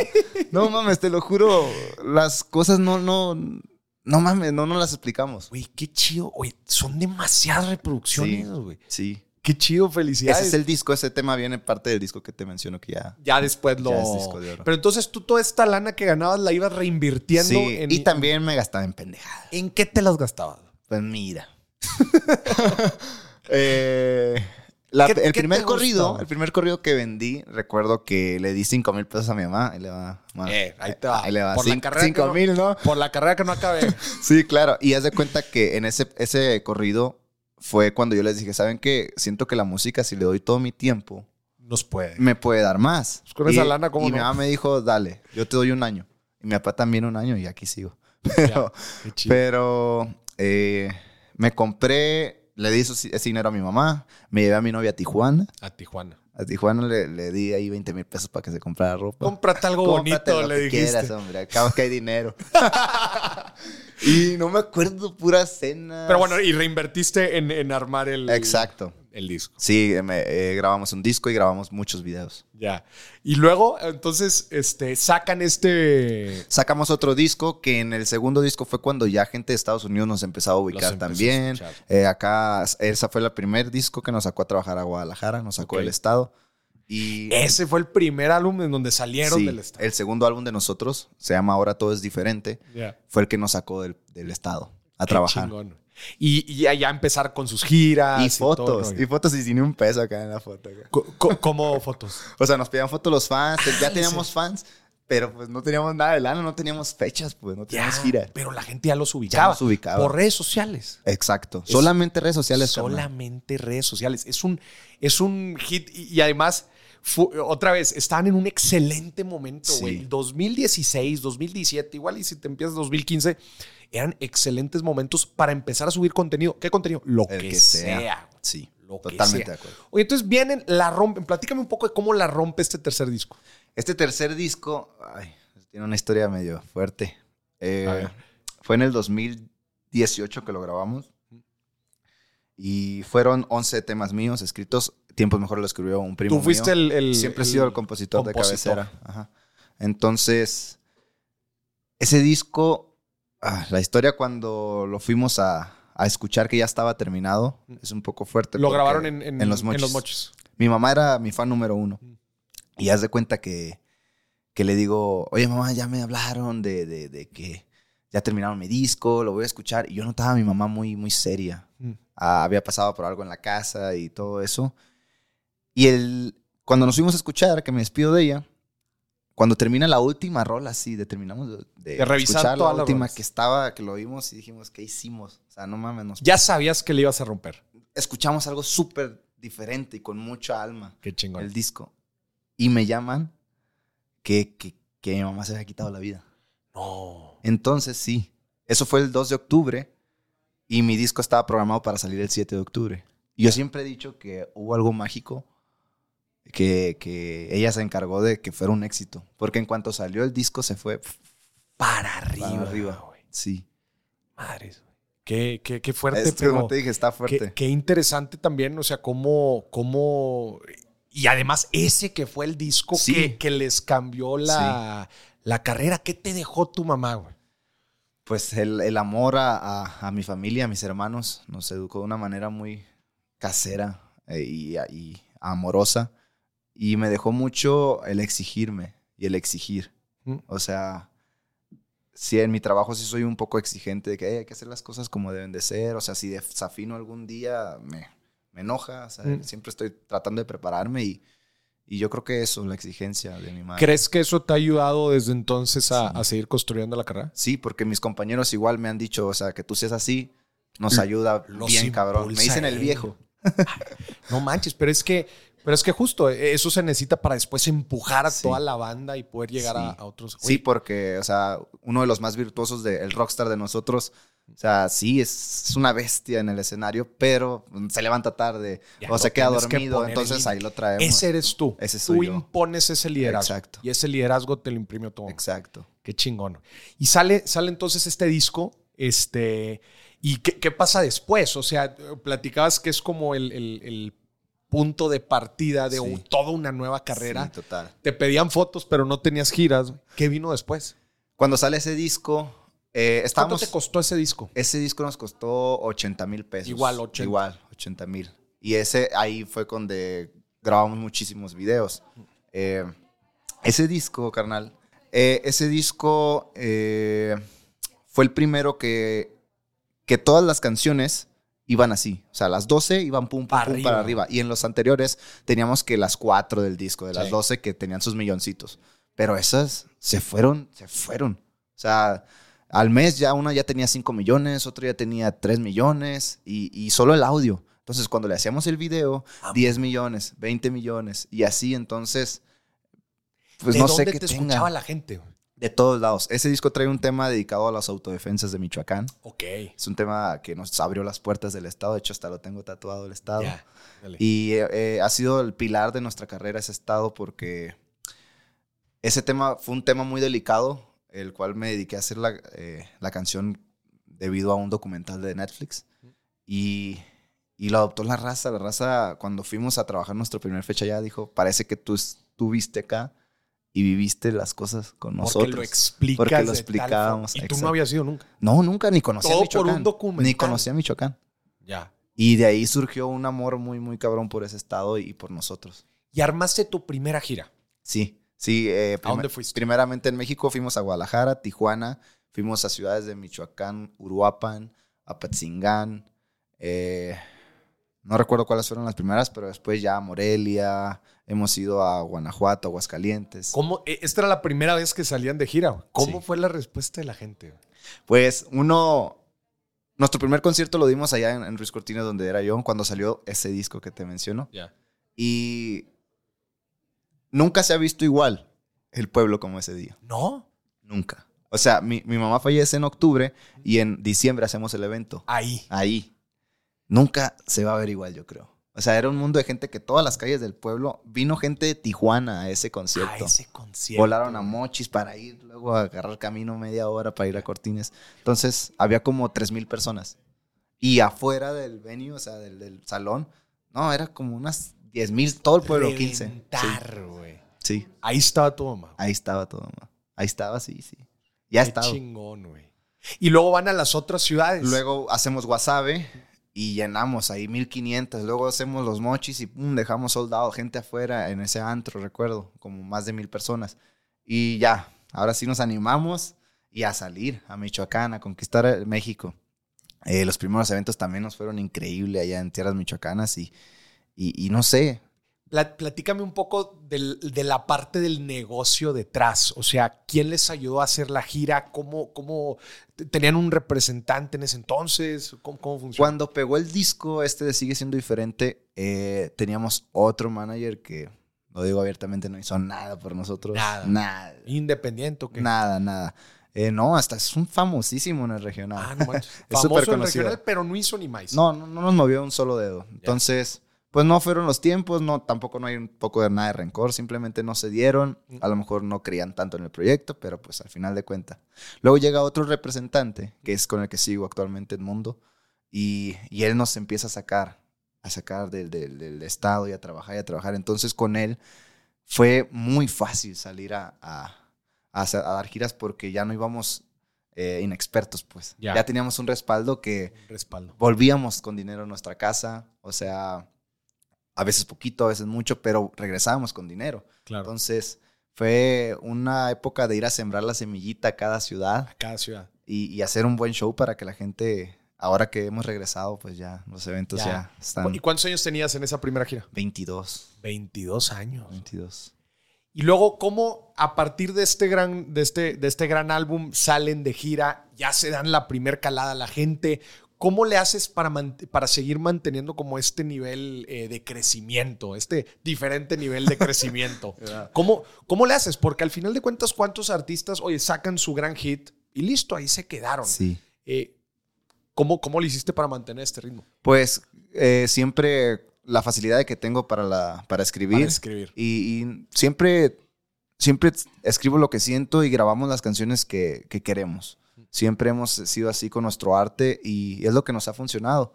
Speaker 1: no mames, te lo juro, las cosas no, no, no mames, no, no las explicamos.
Speaker 2: Güey, qué chido. Güey, son demasiadas
Speaker 1: Sí.
Speaker 2: reproducciones, güey.
Speaker 1: Sí.
Speaker 2: Qué chido,
Speaker 1: Ese
Speaker 2: felicidades.
Speaker 1: es el disco, ese tema viene parte del disco que te menciono que ya.
Speaker 2: Ya después lo...
Speaker 1: Ya es disco de oro.
Speaker 2: Pero entonces tú toda esta lana que ganabas la ibas reinvirtiendo
Speaker 1: Sí,
Speaker 2: en...
Speaker 1: y también me gastaba en pendejadas.
Speaker 2: ¿En qué te las gastabas?
Speaker 1: Pues
Speaker 2: (laughs)
Speaker 1: mira. Eh, la-
Speaker 2: ¿Qué-
Speaker 1: el
Speaker 2: qué
Speaker 1: primer
Speaker 2: te
Speaker 1: corrido,
Speaker 2: gustaba?
Speaker 1: el primer corrido que vendí, recuerdo que le di cinco mil pesos a mi mamá. Ahí le va. mamá.
Speaker 2: Eh, ahí te va.
Speaker 1: Ahí le va.
Speaker 2: Por la
Speaker 1: Cin-
Speaker 2: carrera que
Speaker 1: cinco
Speaker 2: no-
Speaker 1: mil, ¿no?
Speaker 2: Por la carrera que
Speaker 1: (laughs)
Speaker 2: no acabé.
Speaker 1: Sí, claro. Y haz de cuenta que en ese, ese corrido fue cuando yo les dije, ¿saben qué? Siento que la música, si le doy todo mi tiempo,
Speaker 2: nos puede.
Speaker 1: me puede dar más.
Speaker 2: Pues con esa lana, ¿cómo
Speaker 1: y
Speaker 2: no?
Speaker 1: mi mamá me dijo, dale, yo te doy un año. Y mi papá también un año y aquí sigo. Pero,
Speaker 2: Qué chido.
Speaker 1: pero eh, me compré, le di eso- ese dinero a mi mamá, me llevé a mi novia a Tijuana.
Speaker 2: A Tijuana.
Speaker 1: A Tijuana le, le di ahí 20 mil pesos para que se comprara ropa.
Speaker 2: Cómprate algo
Speaker 1: Cómprate
Speaker 2: bonito,
Speaker 1: lo
Speaker 2: le
Speaker 1: que
Speaker 2: dijiste.
Speaker 1: quieras, hombre, acá que hay
Speaker 2: (laughs)
Speaker 1: dinero. y no me acuerdo, pura cena.
Speaker 2: Pero bueno, y reinvertiste en, en armar el,
Speaker 1: Exacto.
Speaker 2: el disco.
Speaker 1: Sí, me- eh, grabamos un disco y grabamos muchos videos.
Speaker 2: Ya. Y luego, entonces, este, sacan este.
Speaker 1: Sacamos otro disco que en el segundo disco fue cuando ya gente de Estados Unidos nos empezó a
Speaker 2: Los
Speaker 1: ubicar
Speaker 2: empezó a
Speaker 1: también.
Speaker 2: escuchar.
Speaker 1: Eh, acá, esa fue el primer disco que nos sacó a trabajar a Guadalajara, nos sacó
Speaker 2: Ok.
Speaker 1: del estado. Y
Speaker 2: Ese fue el primer álbum en donde salieron
Speaker 1: sí,
Speaker 2: del estado.
Speaker 1: el segundo álbum de nosotros, se llama Ahora Todo es Diferente,
Speaker 2: Ya.
Speaker 1: fue el que nos sacó del, del estado a
Speaker 2: Qué
Speaker 1: trabajar.
Speaker 2: chingón. Y, y allá empezar con sus giras.
Speaker 1: Y
Speaker 2: todo el
Speaker 1: fotos,
Speaker 2: rollo.
Speaker 1: y fotos y sin un peso acá en la foto. acá.
Speaker 2: Co- co- ¿Cómo fotos?
Speaker 1: (laughs) O sea, nos pedían fotos los fans,
Speaker 2: Ah,
Speaker 1: pues, ya teníamos fans, pero pues no teníamos nada de lana, no teníamos fechas, pues no teníamos gira.
Speaker 2: Pero la gente ya los
Speaker 1: Ya
Speaker 2: ubicaba.
Speaker 1: nos ubicaba.
Speaker 2: Por redes sociales.
Speaker 1: Exacto.
Speaker 2: Es-
Speaker 1: Solamente redes sociales. carnal.
Speaker 2: Solamente redes sociales. Es un, es un hit y, y además, fu- otra vez, están en un excelente momento,
Speaker 1: Sí.
Speaker 2: güey. 2016, 2017, igual y si te empiezas 2015, eran excelentes momentos para empezar a subir contenido. ¿Qué contenido? Lo que,
Speaker 1: El que
Speaker 2: sea.
Speaker 1: sea.
Speaker 2: güey.
Speaker 1: Sí,
Speaker 2: Lo que
Speaker 1: totalmente
Speaker 2: sea.
Speaker 1: de acuerdo.
Speaker 2: Oye, entonces vienen, la rompen. Platícame un poco de cómo la rompe este tercer disco.
Speaker 1: Este tercer disco ay, tiene una historia medio fuerte. Eh,
Speaker 2: A ver.
Speaker 1: fue en el 2018 que lo grabamos. Y fueron 11 temas míos escritos. Tiempos Mejor lo escribió un primo.
Speaker 2: Tú fuiste
Speaker 1: mío.
Speaker 2: el, el-
Speaker 1: Siempre he sido el compositor,
Speaker 2: compositor.
Speaker 1: de cabecera. Ajá. Entonces, ese disco, ah, la historia cuando lo fuimos a, a escuchar que ya estaba terminado, es un poco fuerte.
Speaker 2: Mm. Lo
Speaker 1: porque
Speaker 2: grabaron en, en-
Speaker 1: Los
Speaker 2: en
Speaker 1: Mochis.
Speaker 2: los mochis.
Speaker 1: Mi mamá era mi fan número uno.
Speaker 2: Mm.
Speaker 1: Y haz de cuenta que, que le digo, oye mamá, ya me hablaron de, de- de que ya terminaron mi disco, lo voy a escuchar. Y yo notaba a mi mamá muy, muy seria.
Speaker 2: Mm.
Speaker 1: Ah, había pasado por algo en la casa y todo eso. Y el, cuando nos fuimos a escuchar, que me despido de ella, cuando termina la última rola, sí, de- terminamos de, de
Speaker 2: De revisar
Speaker 1: escuchar
Speaker 2: todas
Speaker 1: la
Speaker 2: las
Speaker 1: última
Speaker 2: rolas.
Speaker 1: que estaba, que lo vimos y dijimos, ¿qué hicimos? O sea, no mames, nos
Speaker 2: Ya sabías que le ibas a romper.
Speaker 1: escuchamos algo súper diferente y con mucha alma
Speaker 2: Qué chingón.
Speaker 1: el disco. Y me llaman que, que, que mi mamá se había quitado la vida.
Speaker 2: No.
Speaker 1: Entonces, sí. Eso fue el 2 de octubre y mi disco estaba programado para salir el 7 de octubre. Y Yo siempre he dicho que hubo algo mágico que, que ella se encargó de que fuera un éxito. Porque en cuanto salió el disco se fue. pf,
Speaker 2: Para arriba.
Speaker 1: arriba.
Speaker 2: güey.
Speaker 1: Sí.
Speaker 2: Madres, güey. Qué, qué, qué fuerte,
Speaker 1: Es que,
Speaker 2: pero
Speaker 1: como te dije, está
Speaker 2: qué-
Speaker 1: fuerte.
Speaker 2: Qué, interesante también, o sea, cómo, cómo... Y además ese que fue el disco
Speaker 1: Sí.
Speaker 2: que, que les cambió la, la carrera. ¿Qué te dejó tu mamá, güey?
Speaker 1: Pues el, el amor a, a- a mi familia, a mis hermanos, nos educó de una manera muy casera eh, y, y amorosa. Y me dejó mucho el exigirme y el exigir.
Speaker 2: Mm.
Speaker 1: O sea, sí, en mi trabajo sí soy un poco exigente de que "Ey, hay que hacer las cosas como deben de ser. O sea, si desafino algún día, me, me enoja. O sea,
Speaker 2: Mm.
Speaker 1: siempre estoy tratando de prepararme y, y yo creo que eso, la exigencia de mi madre.
Speaker 2: ¿Crees que eso te ha ayudado desde entonces a,
Speaker 1: Ah. Sí.
Speaker 2: a seguir construyendo la carrera?
Speaker 1: Sí, porque mis compañeros igual me han dicho, o sea, que tú seas así nos ayuda
Speaker 2: los
Speaker 1: bien cabrón. Me
Speaker 2: impulsa eh,
Speaker 1: dicen el
Speaker 2: él.
Speaker 1: viejo.
Speaker 2: No manches, pero es que, pero es que justo eh, eso se necesita para después empujar a
Speaker 1: Sí.
Speaker 2: toda la banda y poder llegar a,
Speaker 1: Sí.
Speaker 2: a otros.
Speaker 1: Sí, porque, o sea, uno de los más virtuosos del rockstar de nosotros, o sea, sí, es, es una bestia en el escenario, pero se levanta tarde
Speaker 2: Ya,
Speaker 1: o
Speaker 2: lo
Speaker 1: se queda
Speaker 2: tienes que
Speaker 1: dormido,
Speaker 2: poner
Speaker 1: entonces
Speaker 2: en-
Speaker 1: ahí lo traemos.
Speaker 2: Ese eres tú.
Speaker 1: Ese soy
Speaker 2: tú
Speaker 1: yo.
Speaker 2: impones ese liderazgo.
Speaker 1: Exacto.
Speaker 2: Y ese liderazgo te lo imprimió todo.
Speaker 1: Exacto.
Speaker 2: Qué chingón. Y sale, sale entonces este disco. Este, ¿Y qué, qué pasa después? O sea, platicabas que es como el, el- el punto de partida de
Speaker 1: Sí.
Speaker 2: un- toda una nueva carrera.
Speaker 1: Sí, total.
Speaker 2: Te pedían fotos, pero no tenías giras. ¿Qué vino después?
Speaker 1: Cuando sale ese disco, eh,
Speaker 2: ¿Cuánto
Speaker 1: estábamos...
Speaker 2: te costó ese disco?
Speaker 1: Ese disco nos costó 80 mil pesos.
Speaker 2: Igual, 80.
Speaker 1: Igual, 80 mil. Y ese ahí fue donde grabamos muchísimos videos. Eh, ese disco, carnal. eh, ese disco eh, fue el primero que, que todas las canciones iban así. O sea, las 12 iban pum, pum, pum,
Speaker 2: Arriba.
Speaker 1: para arriba. Y en los anteriores teníamos que las 4 del disco, de las
Speaker 2: Sí.
Speaker 1: 12 que tenían sus milloncitos. Pero esas se fueron, se fueron. O sea, al mes ya una ya tenía 5 millones, otra ya tenía 3 millones y, y solo el audio. Entonces, cuando le hacíamos el video,
Speaker 2: Ah,
Speaker 1: 10 millones, 20 millones y así, entonces, pues
Speaker 2: ¿De
Speaker 1: no
Speaker 2: dónde
Speaker 1: sé qué
Speaker 2: te
Speaker 1: tenga.
Speaker 2: escuchaba la gente? güey?
Speaker 1: De todos lados. Ese disco trae un tema dedicado a las autodefensas de Michoacán.
Speaker 2: Ok.
Speaker 1: Es un tema que nos abrió las puertas del Estado. De hecho, hasta lo tengo tatuado el Estado.
Speaker 2: Ya, dale.
Speaker 1: Y eh, eh, ha sido el pilar de nuestra carrera ese estado porque ese tema fue un tema muy delicado, el cual me dediqué a hacer la, eh, la canción debido a un documental de Netflix. Y, y lo adoptó la raza. La raza, cuando fuimos a trabajar nuestra primera fecha ya dijo, parece que tú estuviste acá y viviste las cosas con nosotros.
Speaker 2: porque lo explicas.
Speaker 1: porque lo
Speaker 2: de tal
Speaker 1: explicábamos,
Speaker 2: forma. Y tú
Speaker 1: exacto.
Speaker 2: no habías ido nunca.
Speaker 1: No, nunca, ni conocía
Speaker 2: Todo
Speaker 1: a
Speaker 2: por
Speaker 1: Michoacán.
Speaker 2: un documental.
Speaker 1: Ni conocía a Michoacán.
Speaker 2: Ya.
Speaker 1: Y de ahí surgió un amor muy, muy cabrón por ese estado y por nosotros.
Speaker 2: Y armaste tu primera gira.
Speaker 1: Sí, sí. eh,
Speaker 2: ¿A dónde
Speaker 1: primer-
Speaker 2: fuiste?
Speaker 1: Primeramente en México fuimos a Guadalajara, Tijuana, fuimos a ciudades de Michoacán, Uruapan, Apatzingán. eh, no recuerdo cuáles fueron las primeras, pero después ya a Morelia, hemos ido a Guanajuato, Aguascalientes.
Speaker 2: ¿Cómo? eh, Esta era la primera vez que salían de gira. güey. ¿Cómo
Speaker 1: Sí.
Speaker 2: fue la respuesta de la gente? güey?
Speaker 1: Pues uno. Nuestro primer concierto lo dimos allá en, en Ruiz Cortines, donde era yo, cuando salió ese disco que te menciono. Y nunca se ha visto igual el pueblo como ese día.
Speaker 2: ¿No?
Speaker 1: Nunca. O sea, mi, mi mamá fallece en octubre y en diciembre hacemos el evento.
Speaker 2: Ahí.
Speaker 1: Ahí. Nunca se va a ver igual, yo creo. O sea, era un mundo de gente que todas las calles del pueblo vino gente de Tijuana a ese
Speaker 2: A
Speaker 1: concierto.
Speaker 2: ese concierto.
Speaker 1: Volaron a Mochis para ir, luego a agarrar camino media hora para ir a Cortines. Entonces, había como 3.000 personas. Y afuera del venue, o sea, del, del salón, no, era como unas 10.000, todo el pueblo, 15. Sí,
Speaker 2: Reventar, güey.
Speaker 1: sí,
Speaker 2: Ahí estaba tu mamá.
Speaker 1: ahí estaba todo. ma. Ahí estaba, sí, sí. Ya
Speaker 2: Qué
Speaker 1: estaba.
Speaker 2: chingón, güey. Y luego van a las otras ciudades.
Speaker 1: Luego hacemos wasabe y llenamos ahí 1500. Luego hacemos los mochis y pum, dejamos soldado gente afuera en ese antro, recuerdo, como más de mil personas. Y ya, ahora sí nos animamos y a salir a Michoacán, a conquistar el México. Eh, los primeros eventos también nos fueron increíbles allá en tierras michoacanas y, y, y no sé.
Speaker 2: Pla- platícame un poco del- de la parte del negocio detrás. O sea, ¿quién les ayudó a hacer la gira? ¿Cómo, cómo t- tenían un representante en ese entonces? ¿Cómo, cómo funcionó?
Speaker 1: Cuando pegó el disco, este de Sigue Siendo Diferente, eh, teníamos otro manager que, lo digo abiertamente, no hizo nada por nosotros.
Speaker 2: Nada.
Speaker 1: Nada.
Speaker 2: ¿Independiente o qué?
Speaker 1: Nada, nada. Eh, no, hasta es un famosísimo en el regional.
Speaker 2: Ah, no manches.
Speaker 1: Es
Speaker 2: Famoso
Speaker 1: súper
Speaker 2: en
Speaker 1: conocido.
Speaker 2: regional, pero no hizo ni más.
Speaker 1: no, no, no nos movió un solo dedo. Entonces, pues no fueron los tiempos, no, tampoco no hay un poco de nada de rencor, simplemente no se dieron. A lo mejor no creían tanto en el proyecto, pero pues al final de cuentas. Luego llega otro representante, que es con el que sigo actualmente en Mundo, y, y él nos empieza a sacar, a sacar del, del- del estado y a trabajar y a trabajar. Entonces con él fue muy fácil salir a, a- a hacer- a dar giras porque ya no íbamos eh, inexpertos, pues.
Speaker 2: Ya.
Speaker 1: ya teníamos un respaldo que
Speaker 2: Respaldo.
Speaker 1: volvíamos con dinero a nuestra casa, o sea, a veces poquito, a veces mucho, pero regresábamos con dinero.
Speaker 2: Claro.
Speaker 1: Entonces, fue una época de ir a sembrar la semillita a cada ciudad
Speaker 2: a cada ciudad.
Speaker 1: y, y hacer un buen show para que la gente, ahora que hemos regresado, pues ya los eventos
Speaker 2: Ya.
Speaker 1: ya, están
Speaker 2: ¿Y cuántos años tenías en esa primera gira?
Speaker 1: 22,
Speaker 2: 22 años.
Speaker 1: 22.
Speaker 2: Y luego, ¿cómo a partir de este gran, de este, de este gran álbum salen de gira? Ya se dan la primer calada a la gente. ¿Cómo le haces para, mant- para seguir manteniendo como este nivel eh, de crecimiento, este diferente nivel de (laughs) crecimiento? ¿Cómo, ¿Cómo le haces? Porque al final de cuentas, ¿cuántos artistas, oye, sacan su gran hit y listo, ahí se quedaron?
Speaker 1: Sí.
Speaker 2: Eh, ¿cómo, ¿Cómo le hiciste para mantener este ritmo?
Speaker 1: Pues eh, siempre la facilidad que tengo para, la, para escribir.
Speaker 2: Para escribir.
Speaker 1: Y, y siempre, siempre escribo lo que siento y grabamos las canciones que, que queremos. Siempre hemos sido así con nuestro arte y es lo que nos ha funcionado.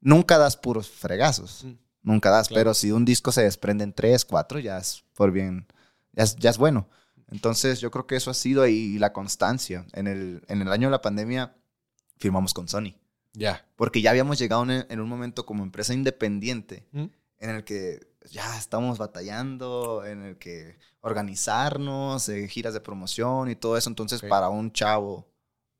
Speaker 1: Nunca das puros fregazos.
Speaker 2: Mm.
Speaker 1: Nunca das,
Speaker 2: Claro.
Speaker 1: pero si un disco se desprende en tres, cuatro, ya es por bien, ya es, ya es bueno. Entonces yo creo que eso ha sido y la constancia. En el, en el año de la pandemia firmamos con Sony,
Speaker 2: Ya.
Speaker 1: porque ya habíamos llegado en, en un momento como empresa independiente
Speaker 2: ¿Mm?
Speaker 1: en el que ya estamos batallando, en el que organizarnos, eh, giras de promoción y todo eso. Entonces,
Speaker 2: Ok.
Speaker 1: para un chavo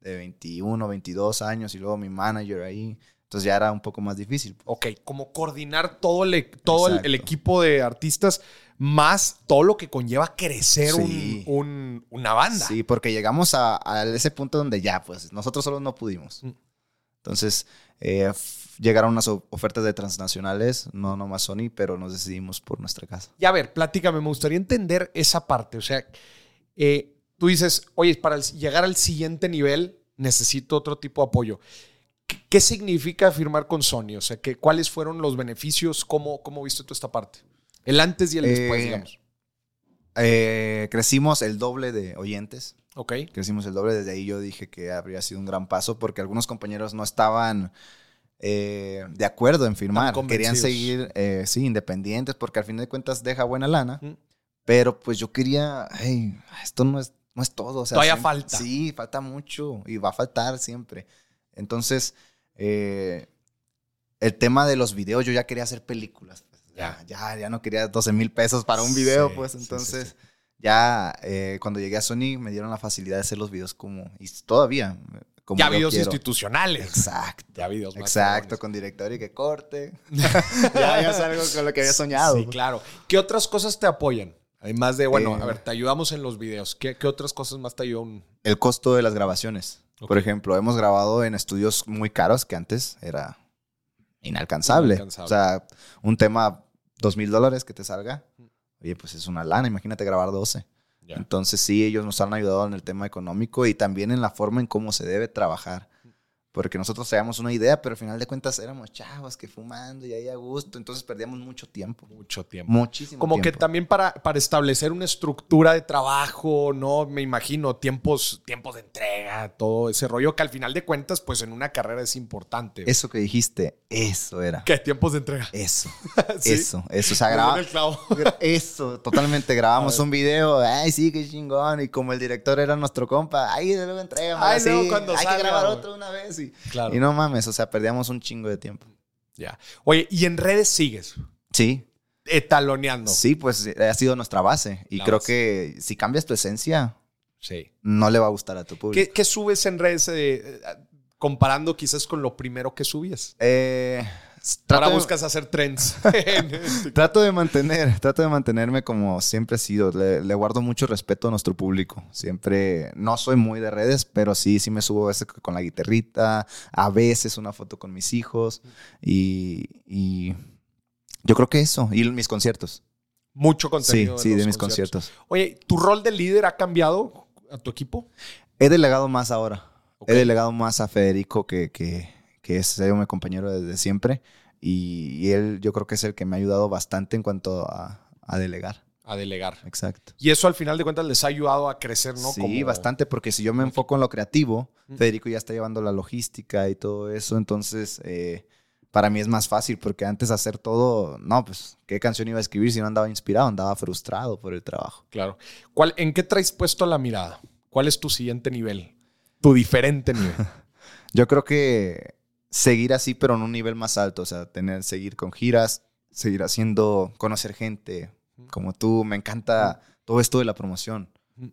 Speaker 1: de 21, 22 años y luego mi manager ahí, entonces ya era un poco más difícil.
Speaker 2: Ok, como coordinar todo el, e-, todo el,
Speaker 1: Exacto.
Speaker 2: el equipo de artistas, más todo lo que conlleva crecer un-
Speaker 1: Sí.
Speaker 2: un, una banda.
Speaker 1: Sí, porque llegamos a, a ese punto donde ya, pues nosotros solos no pudimos.
Speaker 2: Mm.
Speaker 1: Entonces, eh, f- llegaron unas o- ofertas de transnacionales, no nomás Sony, pero nos decidimos por nuestra casa.
Speaker 2: Y a ver, platícame, me gustaría entender esa parte. O sea, eh, tú dices, oye, para el- llegar al siguiente nivel necesito otro tipo de apoyo. ¿Qué, qué significa firmar con Sony? O sea, que, ¿cuáles fueron los beneficios? ¿Cómo, ¿Cómo viste tú esta parte? El antes y el después,
Speaker 1: Eh,
Speaker 2: digamos.
Speaker 1: Eh, crecimos el doble de oyentes,
Speaker 2: Ok.
Speaker 1: crecimos el doble. Desde ahí yo dije que habría sido un gran paso porque algunos compañeros no estaban eh, de acuerdo en firmar.
Speaker 2: Tan
Speaker 1: Querían
Speaker 2: convencidos.
Speaker 1: seguir, eh, sí, independientes porque al fin de cuentas deja buena lana.
Speaker 2: Mm.
Speaker 1: Pero pues yo quería, "Ay, esto no es, no es todo. o sea,
Speaker 2: Todavía
Speaker 1: siempre-
Speaker 2: falta.
Speaker 1: Sí, falta mucho y va a faltar siempre. Entonces, eh, el tema de los videos, yo ya quería hacer películas. pues,
Speaker 2: Ya.
Speaker 1: ya, ya, ya no quería 12 mil pesos para un video,
Speaker 2: Sí,
Speaker 1: pues
Speaker 2: sí, sí,
Speaker 1: entonces
Speaker 2: sí.
Speaker 1: ya eh, cuando llegué a Sony me dieron la facilidad de hacer los videos como, y todavía, como
Speaker 2: Ya
Speaker 1: yo
Speaker 2: videos
Speaker 1: quiero.
Speaker 2: institucionales. (laughs)
Speaker 1: Exacto.
Speaker 2: Ya videos más
Speaker 1: Exacto,
Speaker 2: cabrones.
Speaker 1: con director y que
Speaker 2: (laughs)
Speaker 1: corte. (laughs) ya, ya salgo con lo que había soñado.
Speaker 2: Sí, claro. ¿Qué otras cosas te apoyan? Además de, bueno,
Speaker 1: Eh.
Speaker 2: a ver, te ayudamos en los videos. ¿Qué, qué otras cosas más te ayudan?
Speaker 1: El costo de las grabaciones.
Speaker 2: Ok.
Speaker 1: Por ejemplo, hemos grabado en estudios muy caros que antes era inalcanzable.
Speaker 2: Inalcanzable.
Speaker 1: O sea, un tema, dos mil dólares que te salga. Oye, pues es una lana, imagínate grabar 12.
Speaker 2: Mm. Ya.
Speaker 1: Entonces sí, ellos nos han ayudado en el tema económico y también en la forma en cómo se debe trabajar.
Speaker 2: Mm.
Speaker 1: Porque nosotros teníamos una idea, pero al final de cuentas éramos chavos que fumando y ahí a gusto. Entonces perdíamos mucho tiempo.
Speaker 2: Mucho tiempo.
Speaker 1: Muchísimo
Speaker 2: Como que
Speaker 1: tiempo.
Speaker 2: también para, para establecer una estructura de trabajo, ¿no? Me imagino, tiempos, tiempos de entrega, todo ese rollo que al final de cuentas, pues en una carrera es importante.
Speaker 1: Eso que dijiste, eso era.
Speaker 2: ¿Qué? Tiempos de entrega.
Speaker 1: Eso,
Speaker 2: (laughs) Sí.
Speaker 1: eso, eso. O sea,
Speaker 2: Me
Speaker 1: graba-
Speaker 2: dio en el clavo.
Speaker 1: Gra- Eso, totalmente. Grabamos un video. Ay, sí, qué chingón. Y como el director era nuestro compa, ay, de luego entrega,
Speaker 2: Ay,
Speaker 1: sí,
Speaker 2: luego cuando
Speaker 1: hay
Speaker 2: salga,
Speaker 1: que grabar
Speaker 2: güey.
Speaker 1: otro una vez. Y,
Speaker 2: Claro.
Speaker 1: y no mames, o sea, perdíamos un chingo de tiempo.
Speaker 2: Ya. Oye, y en redes sigues Eh,
Speaker 1: Sí,
Speaker 2: etaloneando.
Speaker 1: sí, pues eh, ha sido nuestra base. Y
Speaker 2: La
Speaker 1: creo
Speaker 2: base.
Speaker 1: que si cambias tu esencia,
Speaker 2: Sí.
Speaker 1: no le va a gustar a tu público.
Speaker 2: ¿Qué, qué subes en redes eh, eh, comparando quizás con lo primero que subías?
Speaker 1: Eh, s- trato,
Speaker 2: Ahora
Speaker 1: de-
Speaker 2: buscas hacer trends. (laughs) este,
Speaker 1: trato de mantener, (laughs) trato de mantenerme como siempre he sido. Le, le guardo mucho respeto a nuestro público. Siempre, no soy muy de redes, pero sí, sí me subo a veces con la guitarrita, a veces una foto con mis hijos y, y yo creo que eso. Y mis conciertos.
Speaker 2: Mucho
Speaker 1: Sí,
Speaker 2: contenido. en
Speaker 1: sí, de
Speaker 2: los
Speaker 1: mis conciertos.
Speaker 2: Oye, ¿tu rol de líder ha cambiado a tu equipo?
Speaker 1: He delegado más ahora.
Speaker 2: Ok.
Speaker 1: He delegado más a Federico, que, que, que es ha sido mi compañero desde siempre. Y, y él, yo creo que es el que me ha ayudado bastante en cuanto a, a delegar.
Speaker 2: A delegar.
Speaker 1: Exacto.
Speaker 2: Y eso al final de cuentas les ha ayudado a crecer, ¿no?
Speaker 1: sí,
Speaker 2: Como-
Speaker 1: bastante, porque si yo me enfoco en lo creativo,
Speaker 2: Mm.
Speaker 1: Federico ya está llevando la logística y todo eso. Entonces, eh, para mí es más fácil, porque antes de hacer todo, no, pues, ¿qué canción iba a escribir si no andaba inspirado? Andaba frustrado por el trabajo.
Speaker 2: Claro. ¿Cuál, ¿En qué traes puesto la mirada? ¿Cuál es tu siguiente nivel? Tu diferente
Speaker 1: (laughs)
Speaker 2: nivel.
Speaker 1: Yo creo que seguir así, pero en un nivel más alto, o sea, tener, seguir con giras, seguir haciendo, conocer gente como tú. Me encanta todo esto de la promoción.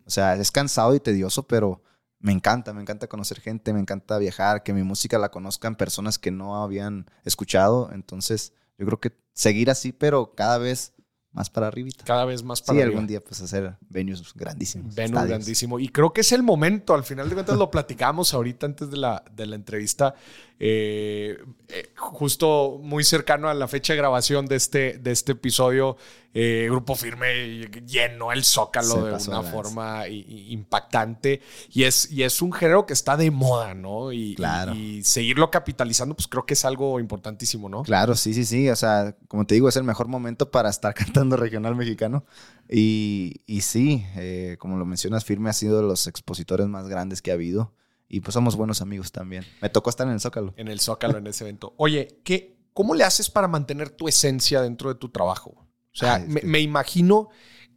Speaker 1: O sea, es cansado y tedioso, pero me encanta, me encanta conocer gente, me encanta viajar, que mi música la conozcan personas que no habían escuchado. Entonces, yo creo que seguir así, pero cada vez más para arribita.
Speaker 2: Cada vez más para
Speaker 1: Sí,
Speaker 2: arriba.
Speaker 1: algún día pues hacer venues grandísimos.
Speaker 2: Venus
Speaker 1: estadios.
Speaker 2: grandísimo. Y creo que es el momento. Al final de
Speaker 1: (laughs)
Speaker 2: cuentas lo platicamos ahorita antes de la, de la entrevista. eh, eh, justo muy cercano a la fecha de grabación de este, de este episodio. eh, Grupo Firme llenó el zócalo
Speaker 1: Se
Speaker 2: de
Speaker 1: pasó
Speaker 2: una
Speaker 1: de lanza.
Speaker 2: forma i- i- impactante. Y es, y es un género que está de moda, ¿no? Y,
Speaker 1: Claro.
Speaker 2: y, y seguirlo capitalizando, pues creo que es algo importantísimo, ¿no?
Speaker 1: Claro, sí, sí, sí. O sea, como te digo, es el mejor momento para estar (laughs) cantando regional mexicano. Y, y sí, eh, como lo mencionas, Firme ha sido de los expositores más grandes que ha habido. Y pues somos buenos amigos también. Me tocó estar en el Zócalo.
Speaker 2: En el Zócalo, en ese evento. Oye, ¿qué, ¿cómo le haces para mantener tu esencia dentro de tu trabajo? O sea,
Speaker 1: Ay, es
Speaker 2: me,
Speaker 1: que-
Speaker 2: me imagino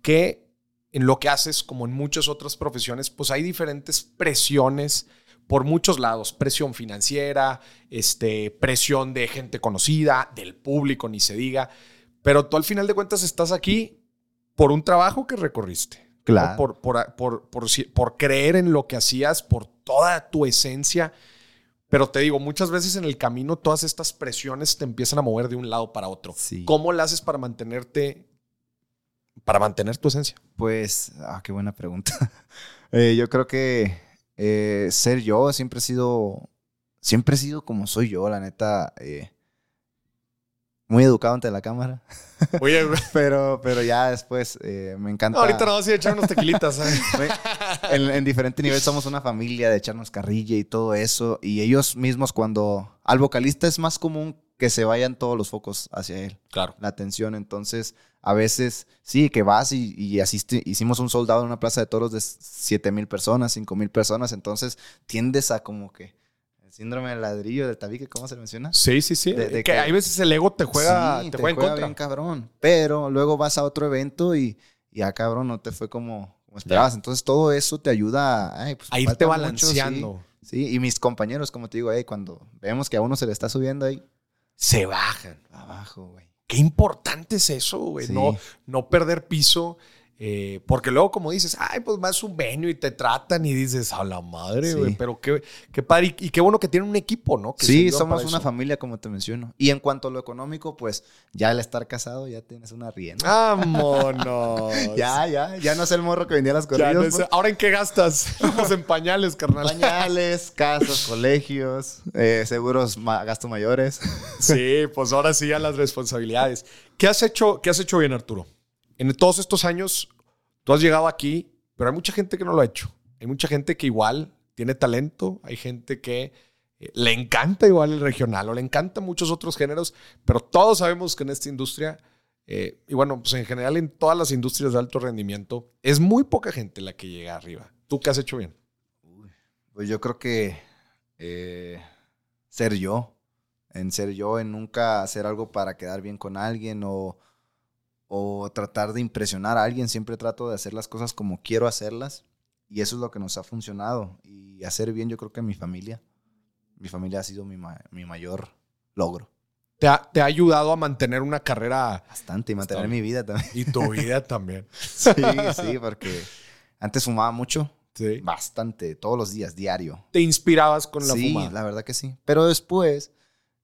Speaker 2: que en lo que haces, como en muchas otras profesiones, pues hay diferentes presiones por muchos lados. Presión financiera, este, presión de gente conocida, del público, ni se diga. Pero tú al final de cuentas estás aquí por un trabajo que recorriste.
Speaker 1: Claro.
Speaker 2: Por, por, por, por, si- por creer en lo que hacías, por toda tu esencia. Pero te digo, muchas veces en el camino todas estas presiones te empiezan a mover de un lado para otro.
Speaker 1: Sí.
Speaker 2: ¿Cómo la haces para mantenerte, para mantener tu esencia?
Speaker 1: Pues, ah, qué buena (laughs) pregunta. Eh, yo creo que eh, ser yo siempre he sido siempre he sido como soy yo, la neta. eh, muy educado ante la cámara. (laughs)
Speaker 2: Oye, (laughs) güey.
Speaker 1: Pero, pero ya después eh, me encanta.
Speaker 2: No, ahorita no, sí, echar unos
Speaker 1: (laughs)
Speaker 2: tequilitas. ¿eh?
Speaker 1: Me- en, en diferente nivel somos una familia de echarnos carrilla y todo eso. Y ellos mismos cuando... Al vocalista es más común que se vayan todos los focos hacia él.
Speaker 2: Claro.
Speaker 1: La atención. Entonces, a veces, sí, que vas y, y asiste. Hicimos un soldado en una plaza de toros de 7 mil personas, 5 mil personas. Entonces, tiendes a como que... El síndrome del ladrillo, del tabique, ¿cómo se menciona?
Speaker 2: Sí, sí, sí.
Speaker 1: De- de
Speaker 2: que
Speaker 1: que-
Speaker 2: hay veces el ego te juega,
Speaker 1: Sí,
Speaker 2: te juega en contra.
Speaker 1: bien cabrón. Pero luego vas a otro evento y y ya cabrón no te fue como, como esperabas. Entonces todo eso te ayuda a, ay, pues,
Speaker 2: a
Speaker 1: falta
Speaker 2: irte
Speaker 1: mucho,
Speaker 2: balanceando.
Speaker 1: sí, sí. y mis compañeros, como te digo, "Ey, cuando vemos que a uno se le está subiendo ahí
Speaker 2: Se bajan.
Speaker 1: abajo, güey.
Speaker 2: Qué importante es eso, güey.
Speaker 1: Sí.
Speaker 2: No, no perder piso. eh, porque luego, como dices, ay, pues más un venio y te tratan y dices, a la madre,
Speaker 1: Sí.
Speaker 2: güey. Pero qué, qué padre. Y, y qué bueno que tienen un equipo, ¿no? Que se
Speaker 1: Sí,
Speaker 2: ayudan
Speaker 1: somos
Speaker 2: para
Speaker 1: una
Speaker 2: eso.
Speaker 1: familia, como te menciono. Y en cuanto a lo económico, pues ya al estar casado ya tienes una rienda.
Speaker 2: Ah,
Speaker 1: (laughs)
Speaker 2: Vámonos.
Speaker 1: ya, ya, ya no es el morro que vendía las
Speaker 2: (laughs) Ya
Speaker 1: corridas. pues.
Speaker 2: no sé. Ahora en qué gastas? (laughs) Pues en pañales, carnal.
Speaker 1: Pañales, casas, colegios, eh, seguros, ma- gastos mayores.
Speaker 2: Sí, pues ahora sí a las responsabilidades. ¿Qué has hecho, qué has hecho bien, Arturo? En todos estos años, tú has llegado aquí, pero hay mucha gente que no lo ha hecho. Hay mucha gente que igual tiene talento, hay gente que eh, le encanta igual el regional o le encanta muchos otros géneros, pero todos sabemos que en esta industria, eh, y bueno, pues en general en todas las industrias de alto rendimiento, es muy poca gente la que llega arriba. ¿Tú qué has hecho bien?
Speaker 1: Pues yo creo que eh, ser yo, en ser yo, en nunca hacer algo para quedar bien con alguien o, o tratar de impresionar a alguien, siempre trato de hacer las cosas como quiero hacerlas y eso es lo que nos ha funcionado y hacer bien yo creo que mi familia, mi familia ha sido mi, ma- mi mayor logro,
Speaker 2: ¿Te ha, te ha ayudado a mantener una carrera
Speaker 1: bastante y mantener
Speaker 2: Está
Speaker 1: mi vida también.
Speaker 2: (laughs)
Speaker 1: (laughs)
Speaker 2: y tu vida también?
Speaker 1: Sí, sí, porque antes fumaba mucho,
Speaker 2: Sí.
Speaker 1: bastante, todos los días, diario,
Speaker 2: te inspirabas con la
Speaker 1: sí,
Speaker 2: fumada.
Speaker 1: la verdad que sí. Pero después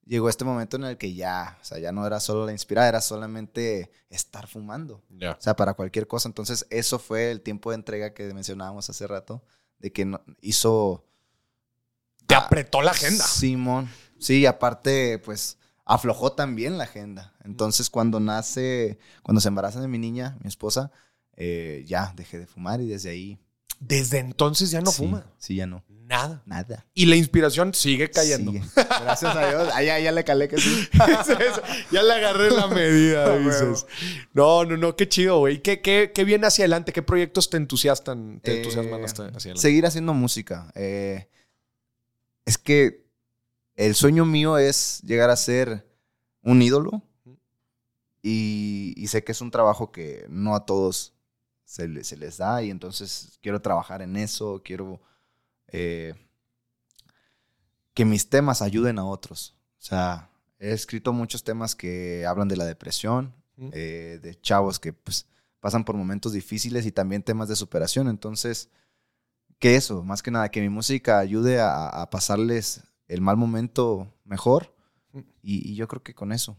Speaker 1: llegó este momento en el que ya, o sea, ya no era solo la inspirada, era solamente estar fumando. O sea, para cualquier cosa. Entonces, eso fue el tiempo de entrega que mencionábamos hace rato, de que no- hizo
Speaker 2: Te apretó la agenda.
Speaker 1: Simón. Sí, y aparte, pues aflojó también la agenda. Entonces, cuando nace, cuando se embaraza de mi niña, mi esposa, eh, ya dejé de fumar y desde ahí.
Speaker 2: Desde entonces ya no
Speaker 1: sí,
Speaker 2: fuma.
Speaker 1: Sí, ya no.
Speaker 2: Nada.
Speaker 1: Nada.
Speaker 2: Y la inspiración sigue cayendo.
Speaker 1: Sigue. Gracias a Dios. Ahí ya le calé que sí.
Speaker 2: (laughs) Es eso. ya le
Speaker 1: (laughs)
Speaker 2: agarré la medida, dices. No, no, no, qué chido, güey. ¿Qué, qué, qué viene hacia adelante? ¿Qué proyectos te entusiastan? Te
Speaker 1: Eh,
Speaker 2: entusiasman hasta hacia adelante.
Speaker 1: Seguir haciendo música. eh, es que el sueño mío es llegar a ser un ídolo. Y, y sé que es un trabajo que no a todos se, le- se les da. Y entonces quiero trabajar en eso. Quiero eh, que mis temas ayuden a otros. O sea, he escrito muchos temas que hablan de la depresión,
Speaker 2: Mm.
Speaker 1: eh, de chavos que pues, pasan por momentos difíciles y también temas de superación. Entonces, que eso, más que nada, que mi música ayude a, a pasarles el mal momento mejor.
Speaker 2: Mm.
Speaker 1: Y, y yo creo que con eso.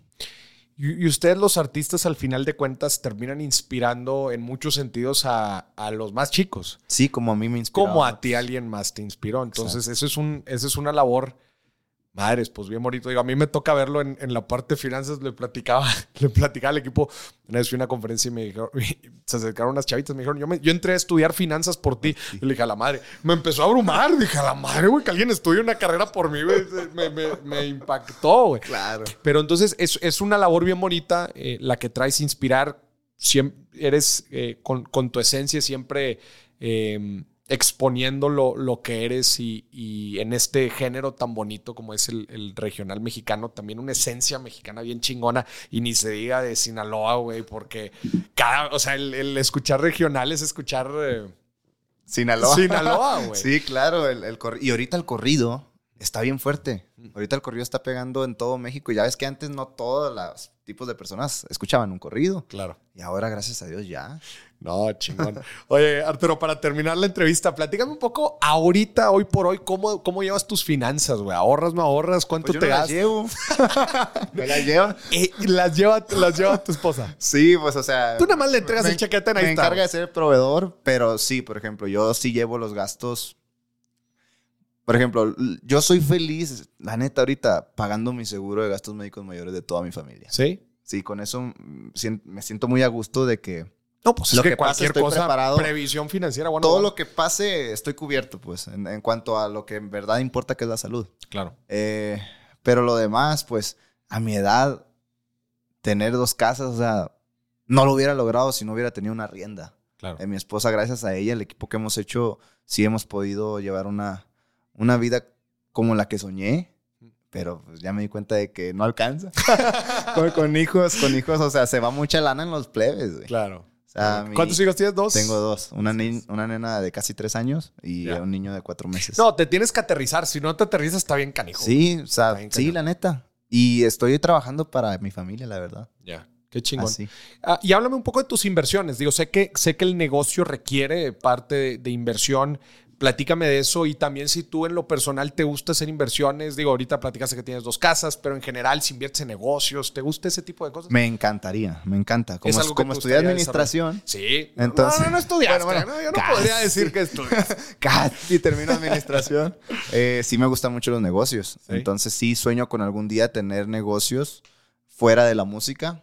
Speaker 2: Y, y ustedes, los artistas, al final de cuentas, terminan inspirando en muchos sentidos a, a los más chicos.
Speaker 1: Sí, como a mí me inspiró.
Speaker 2: como a ti alguien más te inspiró. Entonces, eso es un, eso es una labor. Madres, pues bien bonito. Digo, a mí me toca verlo en, en la parte de finanzas. Le platicaba, (laughs) le platicaba al equipo. Una vez fui a una conferencia y me dijeron, (laughs) se acercaron unas chavitas. Me dijeron, yo, me- yo entré a estudiar finanzas por ti. Y le dije a la madre, me empezó a abrumar. Dije, a la madre, güey, que alguien estudie una carrera por mí. güey. Me, me- me impactó, güey.
Speaker 1: Claro.
Speaker 2: Pero entonces es, es una labor bien bonita eh, la que traes inspirar. Siem- eres eh, con, con tu esencia siempre eh, exponiendo lo, lo que eres y, y en este género tan bonito como es el, el regional mexicano, también una esencia mexicana bien chingona y ni se diga de Sinaloa, güey, porque cada, o sea, el, el escuchar regional es escuchar eh,
Speaker 1: Sinaloa. (laughs)
Speaker 2: Sinaloa, güey.
Speaker 1: Sí, claro. El, el cor- y ahorita el corrido está bien fuerte. Ahorita el corrido está pegando en todo México. Ya ves que antes no todos los tipos de personas escuchaban un corrido.
Speaker 2: Claro.
Speaker 1: Y ahora, gracias a Dios, ya.
Speaker 2: No, chingón. Oye, Arturo, para terminar la entrevista, platícame un poco ahorita, hoy por hoy, cómo, cómo llevas tus finanzas, güey. ¿Ahorras, no ahorras? ¿Cuánto
Speaker 1: Pues yo
Speaker 2: te
Speaker 1: no la
Speaker 2: gastas?
Speaker 1: llevo. (laughs)
Speaker 2: (laughs)
Speaker 1: ¿Me la llevo?
Speaker 2: Eh, las, lleva, las lleva tu esposa.
Speaker 1: Sí, pues, o sea...
Speaker 2: Tú nada más le entregas el chaqueta en ahí
Speaker 1: Me
Speaker 2: está.
Speaker 1: encarga de ser el proveedor, pero sí, por ejemplo, yo sí llevo los gastos... Por ejemplo, l- yo soy feliz, la neta, ahorita pagando mi seguro de gastos médicos mayores de toda mi familia.
Speaker 2: ¿Sí?
Speaker 1: Sí, con eso mm, sien- me siento muy a gusto de que
Speaker 2: No, pues
Speaker 1: Lo
Speaker 2: es que,
Speaker 1: que pasa,
Speaker 2: cualquier
Speaker 1: estoy
Speaker 2: cosa,
Speaker 1: preparado.
Speaker 2: previsión financiera, bueno,
Speaker 1: todo
Speaker 2: bueno.
Speaker 1: lo que pase estoy cubierto, pues, en, en cuanto a lo que en verdad importa, que es la salud.
Speaker 2: Claro.
Speaker 1: Eh, pero lo demás, pues, a mi edad, tener dos casas, o sea, no lo hubiera logrado si no hubiera tenido una rienda.
Speaker 2: Claro.
Speaker 1: Eh, mi esposa, gracias a ella, el equipo que hemos hecho, sí hemos podido llevar una, una vida como la que soñé, pero pues, ya me di cuenta de que no
Speaker 2: (laughs)
Speaker 1: alcanza. con, con hijos, con hijos, o sea, se va mucha lana en los plebes, güey.
Speaker 2: Claro.
Speaker 1: O sea, mi-
Speaker 2: ¿Cuántos hijos tienes? ¿Dos?
Speaker 1: Tengo dos, una, ni- una nena de casi tres años y
Speaker 2: Ya.
Speaker 1: un niño de cuatro meses.
Speaker 2: No, te tienes que aterrizar. Si no te aterrizas, está bien canijo.
Speaker 1: Sí, o sea,
Speaker 2: Está bien
Speaker 1: sí,
Speaker 2: cañón.
Speaker 1: la neta. Y estoy trabajando para mi familia, la verdad.
Speaker 2: Ya. Qué chingón.
Speaker 1: Así.
Speaker 2: Ah, y háblame un poco de tus inversiones. Digo, sé que, sé que el negocio requiere parte de, de inversión. Platícame de eso y también si tú en lo personal te gusta hacer inversiones. Digo, ahorita platicaste que tienes dos casas, pero en general si inviertes en negocios, ¿te gusta ese tipo de cosas?
Speaker 1: Me encantaría, me encanta. Como,
Speaker 2: algo que
Speaker 1: como
Speaker 2: te
Speaker 1: estudié
Speaker 2: gustaría
Speaker 1: administración,
Speaker 2: Sí.
Speaker 1: Entonces-
Speaker 2: no, no, no estudiaste.
Speaker 1: Bueno, bueno,
Speaker 2: ¿no? Yo no
Speaker 1: casi.
Speaker 2: podría decir que estudiaste.
Speaker 1: (laughs) casi termino administración. Eh, sí me gustan mucho los negocios.
Speaker 2: Sí.
Speaker 1: Entonces sí sueño con algún día tener negocios fuera de la música.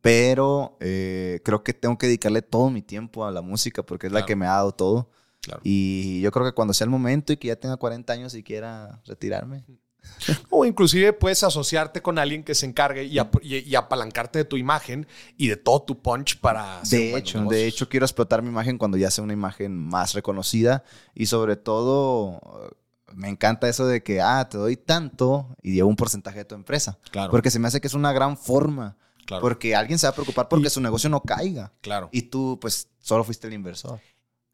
Speaker 1: Pero eh, creo que tengo que dedicarle todo mi tiempo a la música porque es la
Speaker 2: Claro.
Speaker 1: que me ha dado todo.
Speaker 2: Claro.
Speaker 1: Y yo creo que cuando sea el momento y que ya tenga 40 años y quiera retirarme.
Speaker 2: O inclusive puedes asociarte con alguien que se encargue y, ap- y- y apalancarte de tu imagen y de todo tu punch para... hacer
Speaker 1: De
Speaker 2: buenos
Speaker 1: hecho,
Speaker 2: negocios.
Speaker 1: de hecho quiero explotar mi imagen cuando ya sea una imagen más reconocida y sobre todo eh, me encanta eso de que, ah, te doy tanto y llevo un porcentaje de tu empresa.
Speaker 2: Claro,
Speaker 1: Porque se me hace que es una gran forma.
Speaker 2: claro,
Speaker 1: Porque alguien se va a preocupar porque
Speaker 2: Y-
Speaker 1: su negocio no caiga.
Speaker 2: claro.
Speaker 1: Y tú, pues, solo fuiste el inversor.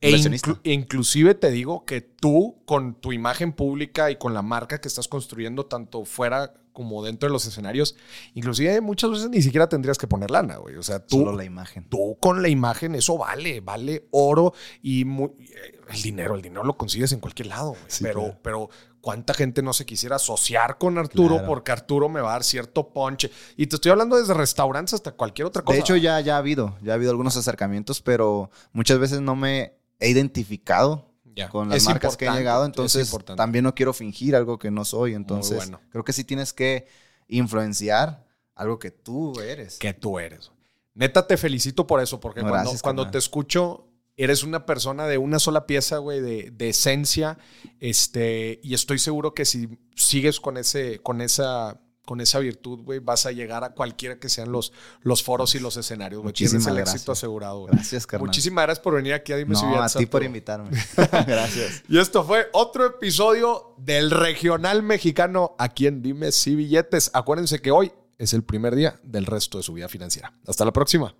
Speaker 2: E
Speaker 1: Inversionista.
Speaker 2: inclu- inclusive te digo que tú, con tu imagen pública y con la marca que estás construyendo, tanto fuera como dentro de los escenarios, inclusive muchas veces ni siquiera tendrías que poner lana, güey. O sea, tú,
Speaker 1: Solo la imagen.
Speaker 2: tú con la imagen, eso vale, vale oro y mu- eh, el dinero, el dinero lo consigues en cualquier lado, güey.
Speaker 1: Sí,
Speaker 2: pero,
Speaker 1: claro.
Speaker 2: pero cuánta gente no se quisiera asociar con Arturo
Speaker 1: Claro.
Speaker 2: porque Arturo me va a dar cierto ponche. Y te estoy hablando desde restaurantes hasta cualquier otra cosa.
Speaker 1: De hecho, ya, ya ha habido, ya ha habido algunos acercamientos, pero muchas veces no me he identificado
Speaker 2: Ya.
Speaker 1: con las
Speaker 2: Es
Speaker 1: marcas que he
Speaker 2: importante,
Speaker 1: llegado,
Speaker 2: es
Speaker 1: entonces
Speaker 2: importante.
Speaker 1: también no quiero fingir algo que no soy, entonces
Speaker 2: bueno.
Speaker 1: creo que sí tienes que influenciar algo que tú eres.
Speaker 2: que tú eres. Neta, te felicito por eso, porque
Speaker 1: No,
Speaker 2: cuando,
Speaker 1: gracias,
Speaker 2: cuando
Speaker 1: carnal.
Speaker 2: te escucho, eres una persona de una sola pieza, güey, de, de esencia. Este, y estoy seguro que si sigues con ese, con esa, con esa virtud, güey, vas a llegar a cualquiera que sean los, los foros y los escenarios, güey. Tienes
Speaker 1: Muchísimas
Speaker 2: el
Speaker 1: gracias.
Speaker 2: éxito asegurado, güey.
Speaker 1: Gracias, carnal.
Speaker 2: Muchísimas gracias por venir aquí a Dime si
Speaker 1: No, a
Speaker 2: Vienes,
Speaker 1: ti por
Speaker 2: Arturo.
Speaker 1: invitarme. (laughs) Gracias.
Speaker 2: Y esto fue otro episodio del Regional Mexicano aquí en Dime Si Billetes. Acuérdense que hoy es el primer día del resto de su vida financiera. Hasta la próxima.